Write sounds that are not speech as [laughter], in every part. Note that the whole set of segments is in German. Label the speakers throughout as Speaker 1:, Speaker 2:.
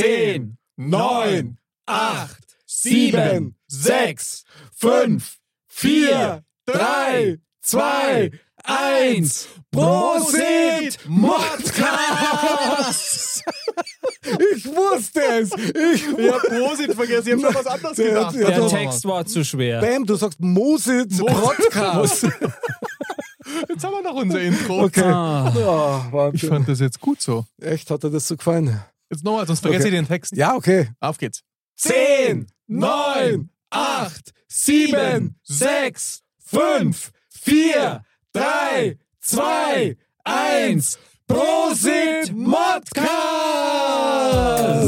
Speaker 1: 10, 9, 8, 7, 6, 5, 4, 3, 2, 1. Prosit
Speaker 2: [laughs]
Speaker 1: Modcast! Ich wusste es! Ich
Speaker 2: Ich hab Prosit vergessen, ich hab schon was anderes
Speaker 1: Der
Speaker 2: gedacht.
Speaker 1: hat-
Speaker 3: Der
Speaker 1: doch.
Speaker 3: Text war zu schwer.
Speaker 1: Bam, du sagst Mosit Podcast.
Speaker 2: Jetzt haben wir noch unser Intro.
Speaker 1: Okay.
Speaker 3: Ah.
Speaker 1: Oh,
Speaker 2: Ich
Speaker 1: Wahnsinn.
Speaker 2: fand das jetzt gut so.
Speaker 1: Echt, hat dir das so gefallen?
Speaker 2: Jetzt nochmal, sonst vergesse
Speaker 1: Okay.
Speaker 2: ich den Text.
Speaker 1: Ja, okay.
Speaker 2: Auf geht's.
Speaker 1: 10, 9, 8, 7, 6, 5, 4, 3, 2, 1. Prosit Modcast!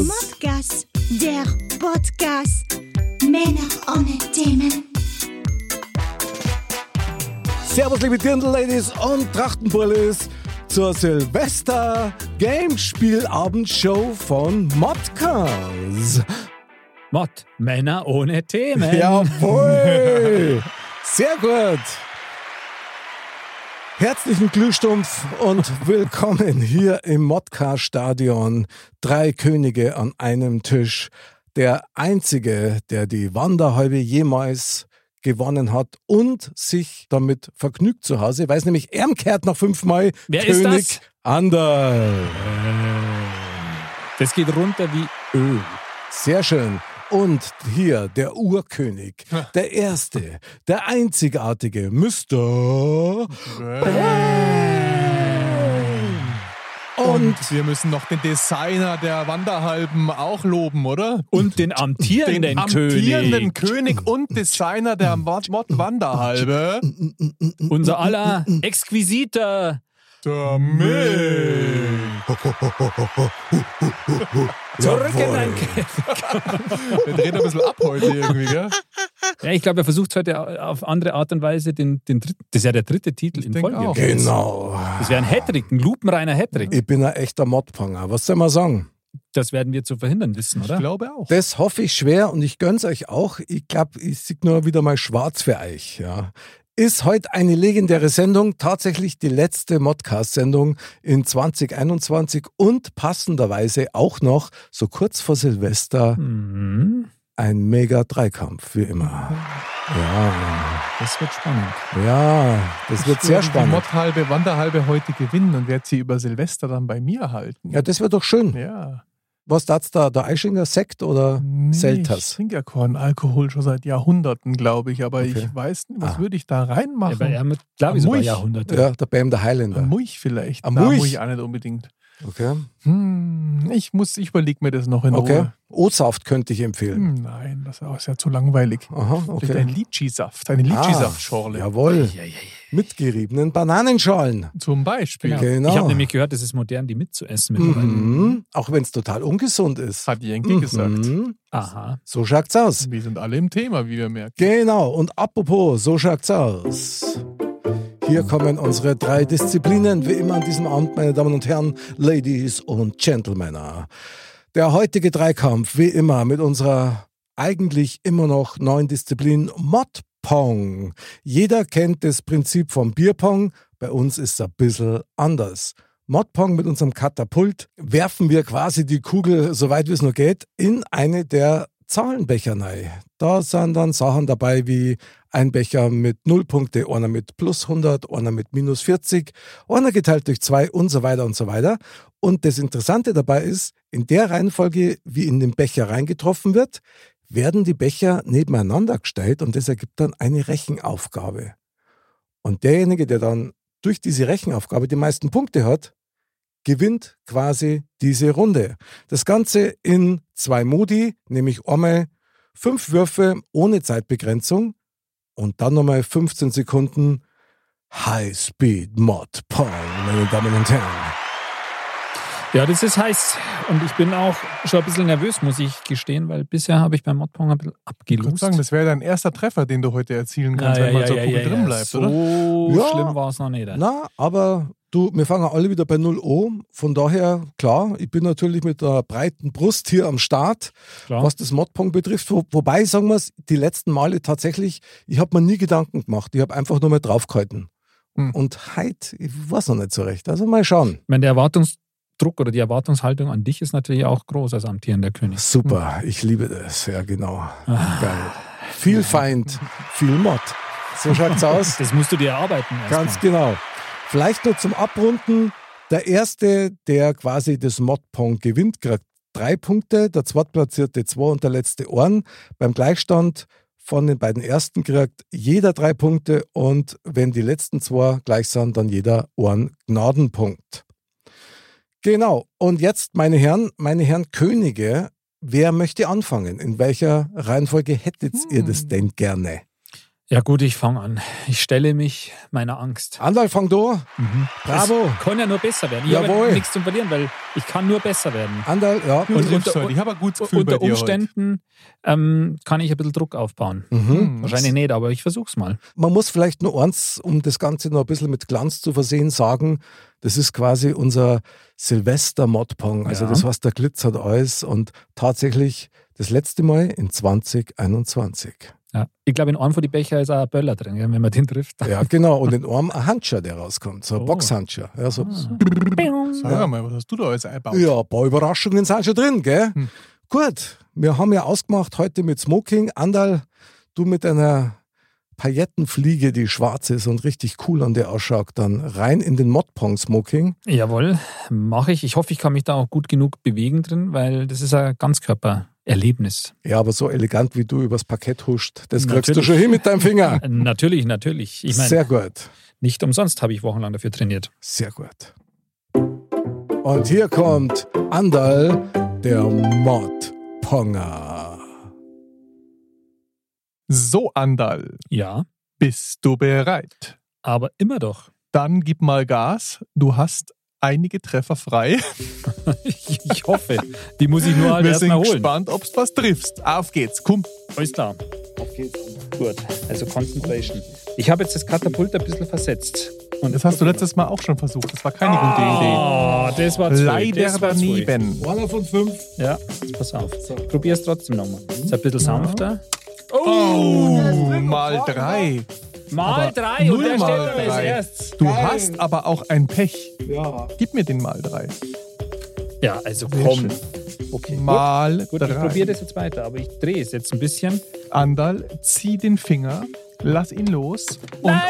Speaker 4: Modcast, der Podcast. Männer ohne Themen.
Speaker 1: Servus, liebe Dirndl-Ladies und Trachtenbullis zur Silvester-Gamespielabendshow von Modcast.
Speaker 3: Mod, Männer ohne Themen.
Speaker 1: Jawohl! Sehr gut! Herzlichen Glühstumpf und willkommen hier im Modcar-Stadion. Drei Könige an einem Tisch. Der einzige, der die Wanderhalbe jemals gewonnen hat und sich damit vergnügt zu Hause, weiß nämlich, er kehrt noch fünfmal
Speaker 3: Wer ist
Speaker 1: König
Speaker 3: das?
Speaker 1: Anderl.
Speaker 3: Das geht runter wie Öl.
Speaker 1: Sehr schön. Und hier der Urkönig, der erste, der einzigartige Mr. Und
Speaker 2: Und wir müssen noch den Designer der Wanderhalben auch loben, oder?
Speaker 3: Und den amtierenden
Speaker 2: den amtierenden
Speaker 3: König.
Speaker 2: König. und Designer der Mod Mod Wanderhalbe.
Speaker 3: Unser aller exquisiter.
Speaker 2: Der Milch.
Speaker 3: Zurück in
Speaker 1: Jawohl.
Speaker 3: dein Ke-
Speaker 2: Der dreht ein bisschen ab heute irgendwie, gell?
Speaker 3: Ja, ich glaube, er versucht heute auf andere Art und Weise den, den dritten. Das ist ja der dritte Titel in
Speaker 2: denk
Speaker 3: Folge.
Speaker 2: auch.
Speaker 1: genau.
Speaker 3: Das wäre ein Hattrick, ein lupenreiner Hattrick.
Speaker 1: Ich bin ein echter Modpanger. Was soll man sagen?
Speaker 3: Das werden wir zu verhindern wissen,
Speaker 2: Ich
Speaker 3: oder?
Speaker 2: glaube auch.
Speaker 1: Das hoffe ich schwer und ich gönn's euch auch. Ich glaube, ich sieg nur wieder mal schwarz für euch. Ja. Ist heute eine legendäre Sendung, tatsächlich die letzte Modcast-Sendung in 2021 und passenderweise auch noch so kurz vor Silvester
Speaker 3: Mhm.
Speaker 1: ein mega Dreikampf, wie immer. Ja,
Speaker 3: Das wird spannend.
Speaker 1: ja, das wird sehr
Speaker 2: Ich werde Die
Speaker 1: spannend.
Speaker 2: Modhalbe, Wanderhalbe heute gewinnen und werde sie über Silvester dann bei mir halten.
Speaker 1: Ja, das wäre doch schön.
Speaker 2: ja.
Speaker 1: Was tat's da? Der Eischinger Sekt oder
Speaker 2: Nee, Ich
Speaker 1: Selters?
Speaker 2: trinke ja keinen Alkohol schon seit Jahrhunderten, glaube ich, aber
Speaker 1: Okay.
Speaker 2: ich weiß nicht, was
Speaker 1: Ah.
Speaker 2: würde ich da
Speaker 3: Ja,
Speaker 2: reinmachen?
Speaker 3: aber er mit, glaube ich, sogar
Speaker 2: Mulch.
Speaker 3: Jahrhunderte.
Speaker 1: Ja, der Bam der
Speaker 2: Ein
Speaker 1: Highlander.
Speaker 2: Mulch vielleicht.
Speaker 1: Ein
Speaker 2: Na,
Speaker 1: Mulch?
Speaker 2: Mulch auch nicht unbedingt.
Speaker 1: Okay.
Speaker 2: Hm, ich muss, ich überlege mir das noch in
Speaker 1: Okay.
Speaker 2: Ruhe.
Speaker 1: O-Saft könnte ich empfehlen.
Speaker 2: Hm, nein, das ist ja zu langweilig.
Speaker 1: Aha,
Speaker 2: Vielleicht
Speaker 1: okay. Ah,
Speaker 2: ein Litchi-Saft, eine Litchi-Saftschorle.
Speaker 1: Jawohl. Mit geriebenen Bananenschalen.
Speaker 2: Zum Beispiel.
Speaker 3: Genau.
Speaker 1: Genau.
Speaker 3: Ich habe nämlich gehört, es ist modern, die mitzuessen mittlerweile.
Speaker 1: Mhm. Auch wenn es total ungesund ist.
Speaker 2: Hat Jenke gesagt.
Speaker 1: Mhm.
Speaker 3: Aha.
Speaker 1: So schaut's aus.
Speaker 2: Wir sind alle im Thema, wie wir merken.
Speaker 1: Genau, und apropos, so schaut's aus. Hier kommen unsere drei Disziplinen, wie immer an diesem Abend, meine Damen und Herren, Ladies und Gentlemen. Der heutige Dreikampf, wie immer, mit unserer eigentlich immer noch neuen Disziplin Modpong. Jeder kennt das Prinzip vom Bierpong, bei uns ist es ein bisschen anders. Modpong mit unserem Katapult werfen wir quasi die Kugel, soweit wie es nur geht, in eine der Zahlenbechernei. Da sind dann Sachen dabei wie ein Becher mit 0 Punkte, einer mit plus 100, einer mit minus 40, einer geteilt durch 2 und so weiter und so weiter. Und das Interessante dabei ist, in der Reihenfolge, wie in den Becher reingetroffen wird, werden die Becher nebeneinander gestellt und das ergibt dann eine Rechenaufgabe. Und derjenige, der dann durch diese Rechenaufgabe die meisten Punkte hat, gewinnt quasi diese Runde. Das Ganze in zwei Modi, nämlich einmal fünf Würfe ohne Zeitbegrenzung und dann nochmal 15 Sekunden High Speed Mod Pong, meine Damen und Herren.
Speaker 3: Ja, das ist heiß. Und ich bin auch schon ein bisschen nervös, muss ich gestehen, weil bisher habe ich beim Modpong ein bisschen
Speaker 2: Ich würde
Speaker 3: abgelost.
Speaker 2: sagen, das wäre dein erster Treffer, den du heute erzielen kannst, wenn man so Kugel drin bleibt,
Speaker 3: so
Speaker 2: oder?
Speaker 1: Ja.
Speaker 3: schlimm war es noch nicht.
Speaker 1: Na, aber du, wir fangen alle wieder bei 0 O. Von daher, klar, ich bin natürlich mit der breiten Brust hier am Start.
Speaker 3: Klar.
Speaker 1: was das Modpong betrifft. Wo, wobei, sagen wir es, die letzten Male tatsächlich, ich habe mir nie Gedanken gemacht. Ich habe einfach nur mal draufgehalten.
Speaker 2: Hm.
Speaker 1: Und heute, ich weiß noch nicht so recht. Also mal schauen.
Speaker 3: Ich meine, der Druck oder die Erwartungshaltung an dich ist natürlich auch groß als amtierender König.
Speaker 1: Super, Hm. ich liebe das. Ja, genau. Geil. Viel Feind, viel Mord. So
Speaker 3: [laughs]
Speaker 1: schaut's aus.
Speaker 3: Das musst du dir erarbeiten. erstmal.
Speaker 1: Ganz genau. Vielleicht nur zum Abrunden. Der Erste, der quasi das Modpong gewinnt, kriegt drei Punkte, der Zweitplatzierte zwei und der letzte Ohren. Beim Gleichstand von den beiden Ersten kriegt jeder drei Punkte und wenn die letzten zwei gleich sind, dann jeder Ohren Gnadenpunkt. Genau. Und jetzt, meine Herren, meine Herren Könige, wer möchte anfangen? In welcher Reihenfolge hättet ihr das denn gerne?
Speaker 3: Ja gut, ich fange an. Ich stelle mich meiner Angst.
Speaker 1: Andal, fang du.
Speaker 2: Mhm.
Speaker 1: Bravo.
Speaker 3: Es kann ja nur besser werden. Ich
Speaker 1: Jawohl.
Speaker 3: habe nichts zu verlieren, weil ich kann nur besser werden.
Speaker 1: Andal, ja.
Speaker 2: Du
Speaker 3: Und
Speaker 2: triffst
Speaker 3: unter-
Speaker 2: heute. ich habe ein gutes Gefühl bei
Speaker 3: Unter
Speaker 2: dir heute.
Speaker 3: Umständen ähm, kann ich ein bisschen Druck aufbauen.
Speaker 2: Hm,
Speaker 1: Mhm.
Speaker 3: Wahrscheinlich nicht, aber ich versuch's mal.
Speaker 1: Man muss vielleicht nur eins, um das Ganze noch ein bisschen mit Glanz zu versehen, sagen, das ist quasi unser Silvester-Modpong. Also
Speaker 3: Ja.
Speaker 1: das heißt, der glitzert alles und tatsächlich das letzte Mal in 2021.
Speaker 3: Ja. Ich glaube, in einem von die Becher ist auch ein Böller drin, gell, wenn man den trifft.
Speaker 1: Ja, genau. Und in einem ein Handschuh, der rauskommt. So ein
Speaker 3: Oh. Ah.
Speaker 1: Boxhandschuh. Ja,
Speaker 2: Ah.
Speaker 1: so.
Speaker 2: Sag mal, was hast du da alles eingebaut?
Speaker 1: ja, ein paar Überraschungen sind schon drin, gell?
Speaker 2: Hm.
Speaker 1: Gut, wir haben ja ausgemacht heute mit Smoking. Andal, du mit einer Paillettenfliege, die schwarz ist und richtig cool an dir ausschaut, dann rein in den Modpong-Smoking.
Speaker 3: Jawohl, mache ich. Ich hoffe, ich kann mich da auch gut genug bewegen drin, weil das ist ein Ganzkörpererlebnis.
Speaker 1: Ja, aber so elegant wie du übers Parkett huscht, das kriegst du
Speaker 3: Natürlich.
Speaker 1: schon hin mit deinem Finger.
Speaker 3: Äh, Natürlich, natürlich. [laughs] Ich meine,
Speaker 1: Sehr gut.
Speaker 3: nicht umsonst habe ich wochenlang dafür trainiert.
Speaker 1: Sehr gut. Und hier kommt Andal, der Modponger.
Speaker 2: So, Andal,
Speaker 3: Ja,
Speaker 2: bist du bereit?
Speaker 3: aber immer doch. [laughs]
Speaker 2: Dann gib mal Gas. Du hast einige Treffer frei.
Speaker 3: Ich, ich hoffe, die muss
Speaker 2: [laughs]
Speaker 3: ich nur halt
Speaker 2: Wir
Speaker 3: erst
Speaker 2: sind
Speaker 3: mal holen.
Speaker 2: gespannt, ob du was triffst. Auf geht's, komm.
Speaker 3: Alles klar. Auf geht's. Gut, also Concentration. Ich habe jetzt das Katapult ein bisschen versetzt. Und
Speaker 2: Das hast du letztes Mal auch schon versucht. Das war keine gute
Speaker 3: Ah, das war
Speaker 2: Idee.
Speaker 3: zwei.
Speaker 2: Leider
Speaker 3: das war zwei.
Speaker 2: daneben.
Speaker 1: Einer von fünf.
Speaker 3: Ja, jetzt pass auf. Probier es trotzdem nochmal.
Speaker 2: Mhm.
Speaker 3: Ist ein bisschen sanfter.
Speaker 2: Oh, mal drei.
Speaker 3: ne? Mal
Speaker 2: Aber
Speaker 3: drei und
Speaker 2: null
Speaker 3: der steht
Speaker 2: mal
Speaker 3: dann als
Speaker 2: drei.
Speaker 3: erstes.
Speaker 2: Du hast aber auch ein Pech.
Speaker 1: Ja.
Speaker 2: Gib mir den mal drei.
Speaker 3: Ja, also komm.
Speaker 2: schön.
Speaker 3: Okay, gut.
Speaker 2: Mal
Speaker 3: Gut, ich
Speaker 2: drei.
Speaker 3: probiere das jetzt weiter, aber ich drehe es jetzt ein bisschen.
Speaker 2: Andal, zieh den Finger, lass ihn los und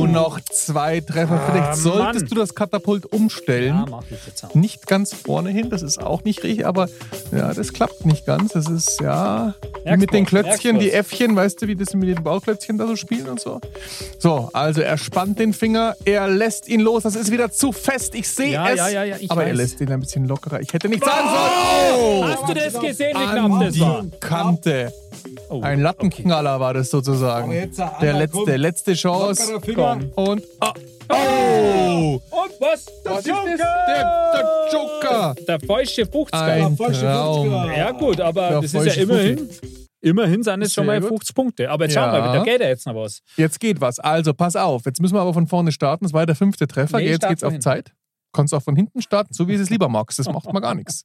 Speaker 2: oh, noch zwei Treffer. Vielleicht solltest
Speaker 3: Ah, Mann.
Speaker 2: du das Katapult umstellen.
Speaker 3: Ja, mach ich jetzt auch.
Speaker 2: nicht ganz vorne hin, das ist auch nicht richtig, aber ja, das klappt nicht ganz. Das ist ja
Speaker 3: Merkst
Speaker 2: mit den
Speaker 3: was,
Speaker 2: Klötzchen,
Speaker 3: merkst
Speaker 2: die
Speaker 3: was.
Speaker 2: Äffchen, weißt du, wie das mit den Bauklötzchen da so spielen und so. So, also er spannt den Finger, er lässt ihn los, das ist wieder zu fest, ich sehe
Speaker 3: Ja,
Speaker 2: es.
Speaker 3: ja, ja, ja, ich
Speaker 2: aber er
Speaker 3: weiß.
Speaker 2: lässt ihn ein bisschen lockerer. Ich hätte nichts sagen sollen.
Speaker 3: Hast du das gesehen, wie knapp
Speaker 2: An
Speaker 3: das war?
Speaker 2: die Kante.
Speaker 3: Oh,
Speaker 2: Ein Lattenknaller war das sozusagen.
Speaker 1: jetzt ein
Speaker 2: Der
Speaker 1: anderer
Speaker 2: letzte,
Speaker 1: kommt.
Speaker 2: letzte Chance.
Speaker 1: Lockerer Finger.
Speaker 2: Und. ah, Oh!
Speaker 3: Und was? Der
Speaker 2: Was ist das? Der, der Joker!
Speaker 3: Der falsche 50er.
Speaker 2: Ein
Speaker 1: falsche
Speaker 2: Traum.
Speaker 1: Fünfziger.
Speaker 3: Ja gut, aber
Speaker 2: Ja,
Speaker 3: das ist
Speaker 2: falsche
Speaker 3: ja immerhin. Immerhin sind es
Speaker 2: Sehr
Speaker 3: schon mal
Speaker 2: gut.
Speaker 3: 50 Punkte. Aber jetzt schauen wir
Speaker 2: Ja.
Speaker 3: mal, da geht ja jetzt noch was.
Speaker 2: Jetzt geht was. Also, pass auf. Jetzt müssen wir aber von vorne starten. Das war ja der fünfte Treffer.
Speaker 3: Nee,
Speaker 2: Jetzt
Speaker 3: start
Speaker 2: geht's
Speaker 3: von
Speaker 2: auf
Speaker 3: hinten.
Speaker 2: Zeit. Kannst auch von hinten starten, so wie du es lieber magst. Das macht mal gar
Speaker 1: [laughs]
Speaker 2: nichts.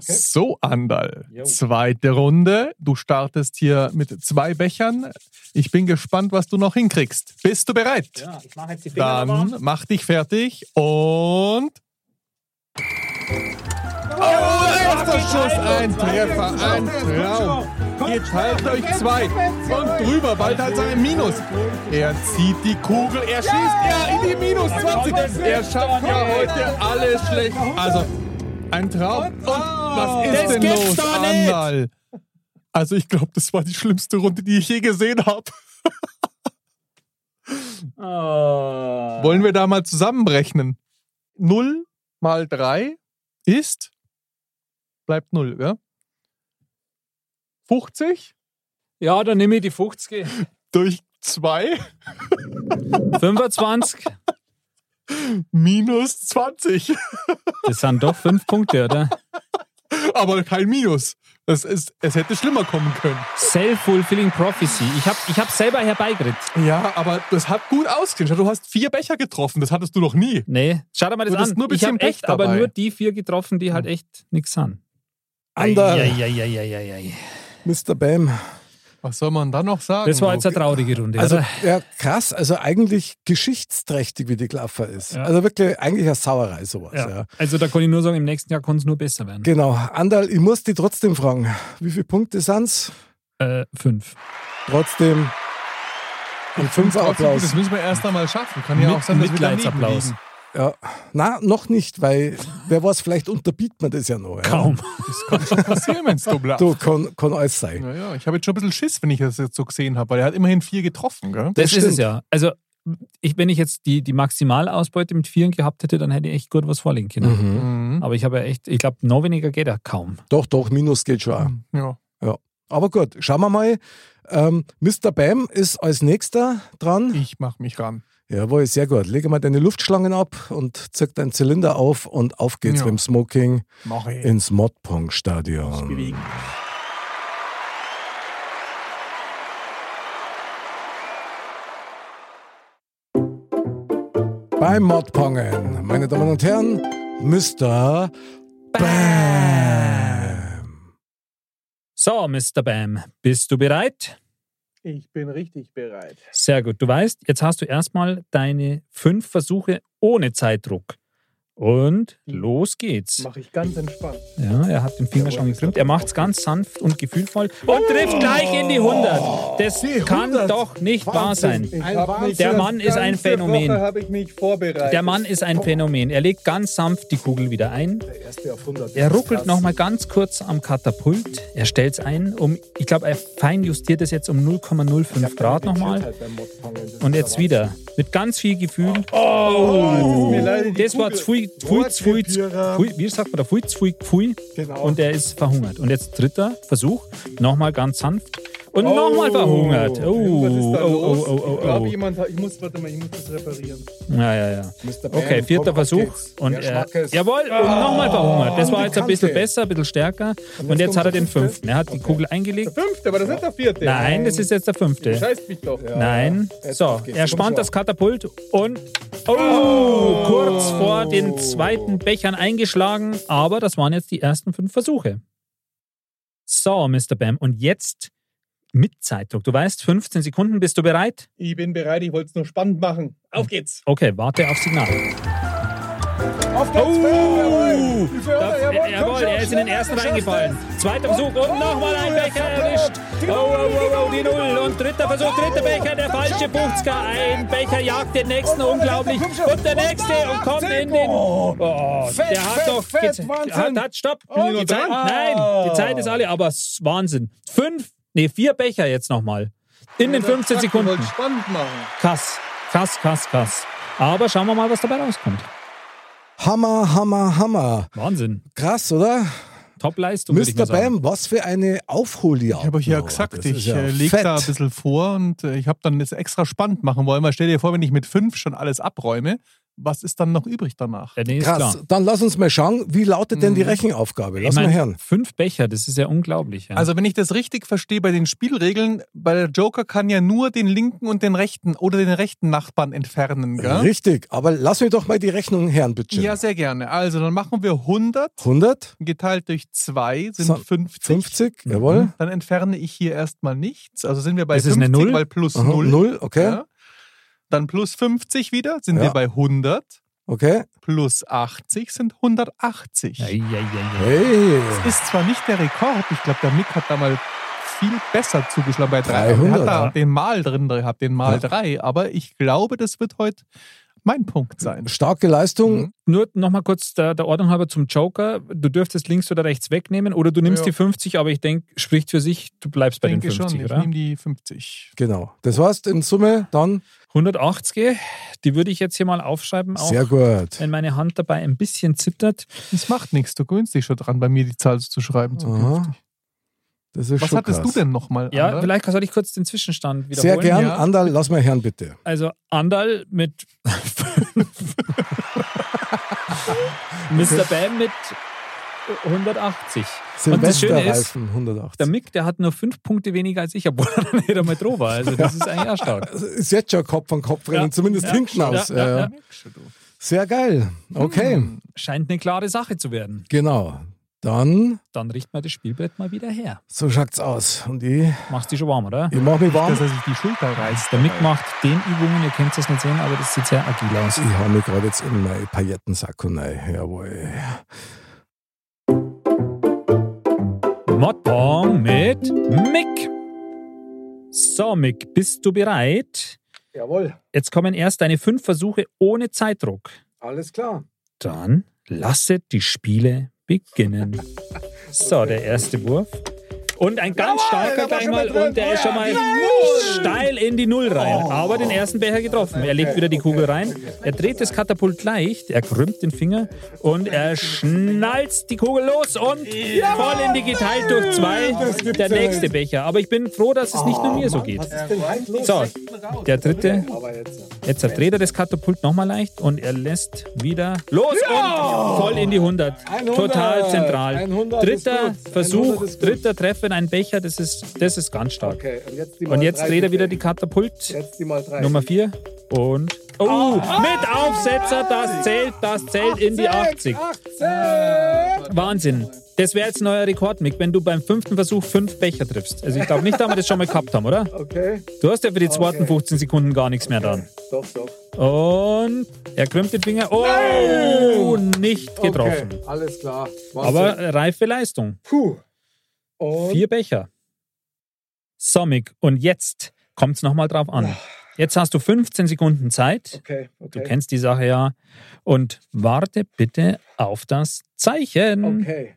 Speaker 2: So, Andal.
Speaker 3: Jo.
Speaker 2: Zweite Runde. Du startest hier mit zwei Bechern. Ich bin gespannt, was du noch hinkriegst. Bist du bereit?
Speaker 3: Ja, ich mache jetzt die Finger
Speaker 2: Dann mach dich fertig und. Oh, erster Schuss, ein Treffer, ein Traum. Jetzt haltet euch zwei und drüber, bald halt sein Minus. Er zieht die Kugel, er schießt, er in die Minus 20. Er schafft ja heute alles schlecht. Also, ein Traum. Und was
Speaker 3: Oh. Das
Speaker 2: ist denn
Speaker 3: gibt's
Speaker 2: los,
Speaker 3: doch nicht.
Speaker 2: Andal? Also, ich glaube, das war die schlimmste Runde, die ich je gesehen habe.
Speaker 3: Oh.
Speaker 2: Wollen wir da mal zusammenrechnen? 0 mal 3 ist, bleibt 0, ja? 50
Speaker 3: Ja, dann nehme ich die 50.
Speaker 2: durch 2
Speaker 3: 25.
Speaker 2: [laughs] minus 20.
Speaker 3: Das sind doch 5 Punkte, oder?
Speaker 2: Aber kein Minus. Es, ist, es hätte schlimmer kommen können.
Speaker 3: Self-fulfilling prophecy. Ich habe ich hab selber herbeigeredet.
Speaker 2: Ja, aber das hat gut ausgesehen. Schau, Du hast vier Becher getroffen. Das hattest du noch nie.
Speaker 3: Nee, schau dir mal das
Speaker 2: Du hattest
Speaker 3: an.
Speaker 2: nur ein
Speaker 3: ich habe
Speaker 2: bisschen Pech
Speaker 3: echt, aber
Speaker 2: dabei.
Speaker 3: nur die vier getroffen, die halt echt nichts haben.
Speaker 1: Ander,
Speaker 3: Eieieiei.
Speaker 1: Mr. Bam,
Speaker 2: Was soll man dann noch sagen?
Speaker 3: Das war jetzt eine traurige Runde.
Speaker 1: Also,
Speaker 3: oder?
Speaker 1: ja, krass. Also eigentlich geschichtsträchtig, wie die Klaffer ist.
Speaker 3: Ja.
Speaker 1: Also wirklich, eigentlich eine Sauerei sowas.
Speaker 3: ja.
Speaker 1: Ja.
Speaker 3: also da kann ich nur sagen, im nächsten Jahr kann es nur besser werden.
Speaker 1: Genau. Andal, ich muss die trotzdem fragen. Wie viele Punkte sind's?
Speaker 3: äh, fünf.
Speaker 1: Trotzdem
Speaker 2: Applaus.
Speaker 1: ein
Speaker 2: Das
Speaker 1: Fünfer-Applaus.
Speaker 2: müssen wir erst einmal schaffen. Kann ja
Speaker 3: Mit-
Speaker 2: auch sein, dass wir daneben
Speaker 3: Mitleidsapplaus.
Speaker 2: liegen.
Speaker 1: Ja. Na, noch nicht, weil wer weiß, vielleicht unterbiegt man das ja noch. Ja.
Speaker 3: Kaum.
Speaker 2: Das kann schon passieren, wenn es
Speaker 3: [laughs]
Speaker 2: du bleibst.
Speaker 1: Du, kann, kann alles sein.
Speaker 2: Naja, ich habe jetzt schon ein bisschen Schiss, wenn ich das jetzt so gesehen habe, weil er hat immerhin vier getroffen, gell?
Speaker 3: Das, ist
Speaker 1: stimmt.
Speaker 3: es ja. Also, ich, wenn ich jetzt die, die Maximalausbeute mit Vieren gehabt hätte, dann hätte ich echt gut was vorlegen können.
Speaker 1: Mhm.
Speaker 2: Mhm.
Speaker 3: Aber ich habe ja echt, ich glaube, noch weniger geht er kaum.
Speaker 1: Doch, doch, Minus geht schon. auch.
Speaker 2: Ja.
Speaker 1: Aber gut, schauen wir mal. Ähm, Mr. Bam ist als nächster dran.
Speaker 2: Ich mach mich ran.
Speaker 1: Jawohl, sehr gut. Lege mal deine Luftschlangen ab und zirk deinen Zylinder auf und auf geht's
Speaker 2: Ja.
Speaker 1: beim Smoking
Speaker 2: Mach ich.
Speaker 1: ins Modpong-Stadion.
Speaker 2: bewegen.
Speaker 1: Beim Modpongen, meine Damen und Herren, Mr. Bam.
Speaker 3: So, Mr. Bam, bist du bereit?
Speaker 2: Ich bin richtig bereit.
Speaker 3: Sehr gut. Du weißt, jetzt hast du erstmal deine fünf Versuche ohne Zeitdruck. Und los geht's.
Speaker 2: Mache ich ganz entspannt.
Speaker 3: Ja, er hat den Finger schon gekrümmt. Er macht's ganz sanft und gefühlvoll und trifft gleich in die 100. Das kann doch nicht wahr sein. Der Mann ist ein Phänomen. Der Mann ist ein Phänomen. Er legt ganz sanft die Kugel wieder ein. Er ruckelt nochmal ganz kurz am Katapult. Er stellt's ein um, ich glaube, er fein justiert es jetzt um 0,05 Grad nochmal. Und jetzt wieder. Mit ganz viel Gefühl. Oh! Das war Pfui, Pfui, Pfui, Pfui, wie sagt man da? Pfui, Pfui, Pfui. Und er ist verhungert. Und jetzt dritter Versuch. Nochmal ganz sanft. Und nochmal verhungert. Oh, oh, oh, oh, oh, oh.
Speaker 2: jemand hat, ich muss, warte mal, ich muss das reparieren.
Speaker 3: Ja, ja, ja.
Speaker 1: Mr. Bam,
Speaker 3: Okay, vierter
Speaker 1: komm, auf
Speaker 3: Versuch.
Speaker 1: geht's. Ah,
Speaker 3: Und
Speaker 1: Der
Speaker 3: er,
Speaker 1: Schmack ist-
Speaker 3: jawohl, und nochmal verhungert. Das war jetzt ein bisschen
Speaker 1: Kante.
Speaker 3: besser, ein bisschen stärker. Und jetzt
Speaker 1: kommt
Speaker 3: hat er
Speaker 1: der
Speaker 3: den
Speaker 1: fünfte.
Speaker 3: fünften. Er hat die Kugel eingelegt.
Speaker 2: Fünfte, aber das ist der vierte.
Speaker 3: Nein, das ist jetzt der fünfte.
Speaker 2: Scheiß mich doch.
Speaker 3: Nein.
Speaker 1: Jetzt
Speaker 3: So,
Speaker 1: geht's.
Speaker 3: er
Speaker 1: Komm schon.
Speaker 3: spannt das Katapult und. Oh, kurz vor den zweiten Bechern eingeschlagen. Aber das waren jetzt die ersten fünf Versuche. So, Mr. Bam, und jetzt mit Zeitdruck. Du weißt, 15 Sekunden, bist du bereit?
Speaker 2: Ich bin bereit, ich wollte es nur spannend machen. Auf geht's.
Speaker 3: Okay, warte auf Signal.
Speaker 2: Auf geht's.
Speaker 3: Oh! Da,
Speaker 2: Jawohl,
Speaker 3: jawohl, Oh, er ist in den ersten reingefallen. Zweiter Versuch und nochmal ein Becher erwischt. Oh, oh, oh, oh, die Null. Und dritter Versuch, dritter Becher, der falsche Buchska. Ein Becher jagt den nächsten, unglaublich. Und der nächste und kommt in den. Oh, der hat doch. gez- Hat, hat, stopp. Oh, Die Zeit, nein, die Zeit ist alle, aber s- Wahnsinn. Fünf, nee, vier Becher jetzt nochmal. In den 15 Sekunden.
Speaker 2: spannend machen.
Speaker 3: Krass, krass, krass, krass. Aber schauen wir mal, was dabei rauskommt.
Speaker 1: Hammer, Hammer, Hammer.
Speaker 3: Wahnsinn.
Speaker 1: Krass, oder?
Speaker 3: Top-Leistung, würde ich
Speaker 1: Mr.
Speaker 3: mal sagen.
Speaker 1: Bam, was für eine Aufholjagd.
Speaker 2: Ich habe euch ja
Speaker 1: Boah, das
Speaker 2: gesagt,
Speaker 1: ist
Speaker 2: ich
Speaker 1: ja
Speaker 2: äh, leg
Speaker 1: fett.
Speaker 2: da ein bisschen vor und äh, ich habe dann das extra spannend machen wollen, weil stell dir vor, wenn ich mit fünf schon alles abräume, was ist dann noch übrig danach?
Speaker 3: Ja, nee, ist
Speaker 1: Krass,
Speaker 3: klar. Mhm.
Speaker 1: dann lass uns mal schauen, wie lautet denn die Rechenaufgabe? Lass
Speaker 3: Ich
Speaker 1: mal
Speaker 3: mein,
Speaker 1: hören.
Speaker 3: Fünf Becher, das ist ja unglaublich. Ja.
Speaker 2: Also wenn ich das richtig verstehe bei den Spielregeln, bei der Joker kann ja nur den linken und den rechten oder den rechten Nachbarn entfernen, gell?
Speaker 1: Richtig, aber lass mir doch mal die Rechnung hören, bitte.
Speaker 2: Ja, sehr gerne. Also dann machen wir 100
Speaker 1: 100,
Speaker 2: geteilt durch 2 sind
Speaker 1: So,
Speaker 2: 50.
Speaker 1: 50,
Speaker 3: Mhm.
Speaker 1: jawohl.
Speaker 2: Dann entferne ich hier erstmal nichts. Also sind wir bei
Speaker 3: Das ist
Speaker 2: 50,
Speaker 3: eine Null?
Speaker 2: weil plus
Speaker 1: Aha,
Speaker 2: 0.
Speaker 1: null, okay.
Speaker 2: Ja. Dann plus 50 wieder, sind
Speaker 1: Ja.
Speaker 2: wir bei 100.
Speaker 1: Okay.
Speaker 2: Plus 80 sind 180.
Speaker 3: Ei, ei, ei, ei.
Speaker 1: Hey,
Speaker 2: Ist zwar nicht der Rekord, ich glaube, der Mick hat da mal viel besser zugeschlagen bei 300.
Speaker 1: 300,
Speaker 2: Er hat da
Speaker 3: ja.
Speaker 2: den Mal drin gehabt, den Mal
Speaker 1: Ja.
Speaker 2: 3, aber ich glaube, das wird heute mein Punkt sein.
Speaker 1: starke Leistung.
Speaker 3: Nur nochmal kurz der, der Ordnung halber zum Joker. Du dürftest links oder rechts wegnehmen oder du nimmst
Speaker 2: Ja.
Speaker 3: die 50, aber ich denke, spricht für sich, du bleibst bei
Speaker 2: ich denke
Speaker 3: den 50,
Speaker 2: schon, ich
Speaker 3: oder?
Speaker 2: nehme die 50.
Speaker 1: Genau. Das heißt, in Summe dann
Speaker 3: 180, die würde ich jetzt hier mal aufschreiben, auch
Speaker 1: sehr gut.
Speaker 3: wenn meine Hand dabei ein bisschen zittert.
Speaker 2: Das macht nichts, du gewöhnst dich schon dran, bei mir die Zahl zu schreiben.
Speaker 1: Aha.
Speaker 2: zukünftig.
Speaker 1: Das ist
Speaker 2: Was
Speaker 1: schon
Speaker 2: hattest
Speaker 1: krass.
Speaker 2: du denn nochmal?
Speaker 3: Ja,
Speaker 2: Ander?
Speaker 3: vielleicht soll ich kurz den Zwischenstand wiederholen.
Speaker 1: Sehr gern,
Speaker 2: Ja.
Speaker 1: Andal, lass mal hören, bitte.
Speaker 3: Also Andal mit
Speaker 1: [laughs]
Speaker 3: 5. Mr. Bam mit 180. Und das Schöne ist,
Speaker 1: Silvesterreifen 180.
Speaker 3: Der Mick, der hat nur fünf Punkte weniger als ich, obwohl [laughs] er dann jeder mal drauf war. Also das ist eigentlich auch stark.
Speaker 1: Also ist jetzt schon Kopf an Kopf rennen,
Speaker 3: Ja,
Speaker 1: zumindest
Speaker 3: ja,
Speaker 1: hinten
Speaker 3: ja,
Speaker 1: aus.
Speaker 3: ja,
Speaker 1: äh,
Speaker 3: ja.
Speaker 1: Sehr geil. Okay,
Speaker 2: Hm.
Speaker 3: Scheint eine klare Sache zu werden.
Speaker 1: genau. Dann,
Speaker 3: Dann richten wir das Spielbrett mal wieder her.
Speaker 1: so schaut's aus. Und ich,
Speaker 3: Machst dich schon warm, oder?
Speaker 1: ich mach mich warm.
Speaker 2: dass er sich die Schulter reißt.
Speaker 3: Der mitmacht den Übungen, ihr könnt es nicht sehen, aber das sieht sehr agil aus.
Speaker 1: Ich hau mich gerade jetzt in mein Paillettensacko rein. Jawohl.
Speaker 3: Modbomb mit Mick. So, Mick, bist du bereit?
Speaker 1: Jawohl,
Speaker 3: Jetzt kommen erst deine fünf Versuche ohne Zeitdruck.
Speaker 1: alles klar.
Speaker 3: Dann lasset die Spiele beginnen. So, der erste Wurf. Und ein ganz
Speaker 2: der war
Speaker 3: starker gleich
Speaker 2: schon
Speaker 3: mal
Speaker 2: mal drin.
Speaker 3: und der ist schon mal
Speaker 2: Ja,
Speaker 3: steil in die Null rein. Aber den ersten Becher getroffen. Er legt wieder die Kugel rein. Er dreht das Katapult leicht. Er krümmt den Finger und er schnallt die Kugel los und voll in die geteilt durch zwei. Der nächste Becher. Aber ich bin froh, dass es nicht nur
Speaker 2: Oh,
Speaker 3: mir so geht. So, der dritte. Jetzt dreht er das Katapult nochmal leicht und er lässt wieder los und voll in die 100.
Speaker 1: 100,
Speaker 3: Total zentral.
Speaker 1: 100 ist
Speaker 3: dritter
Speaker 1: gut. 100
Speaker 3: Versuch,
Speaker 1: ist gut.
Speaker 3: dritter Treffer in einen Becher, das ist, das ist ganz stark.
Speaker 1: Okay, und jetzt die
Speaker 3: Und jetzt dreht er wieder die Katapult. Nummer 4 und. Oh,
Speaker 1: Ah!
Speaker 3: mit Aufsetzer, das zählt, das zählt in die 80. Wahnsinn. Das wäre jetzt ein neuer Rekord, Mick, wenn du beim fünften Versuch fünf Becher triffst. Also ich glaube nicht, dass wir das schon mal gehabt haben, oder?
Speaker 1: Okay,
Speaker 3: Du hast ja für die zweiten 15 Sekunden gar nichts mehr dran.
Speaker 1: doch, doch.
Speaker 3: Und er krümmt den Finger. Oh, nicht getroffen.
Speaker 1: alles klar.
Speaker 3: Aber reife Leistung.
Speaker 1: Puh. Und
Speaker 3: Vier Becher. Sommig. Und jetzt kommt es nochmal drauf an. Jetzt hast du 15 Sekunden Zeit.
Speaker 1: Ah. okay,
Speaker 3: Du
Speaker 1: okay.
Speaker 3: kennst die Sache ja. Und warte bitte auf das Zeichen.
Speaker 1: Okay.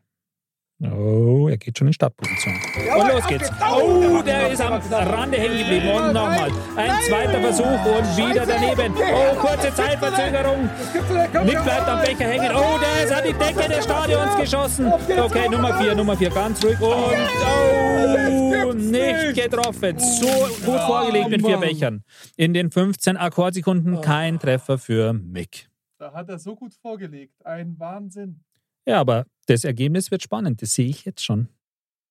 Speaker 3: Oh, er geht schon in Startposition. Und los geht's. Oh, der ist am Rande hängen geblieben. Und nochmal. Ein zweiter Versuch und wieder daneben. Oh, kurze Zeitverzögerung. Nick bleibt am Becher hängen. Oh, der ist an die Decke des Stadions geschossen. Okay, Nummer 4, Nummer 4, ganz ruhig. Und oh, nicht getroffen. So
Speaker 2: Oh,
Speaker 3: gut vorgelegt mit vier Bechern. In den 15
Speaker 2: Oh.
Speaker 3: Akkordsekunden kein Treffer für Mick.
Speaker 2: Da hat er so gut vorgelegt. Ein Wahnsinn.
Speaker 3: Ja, aber das Ergebnis wird spannend. Das sehe ich jetzt schon.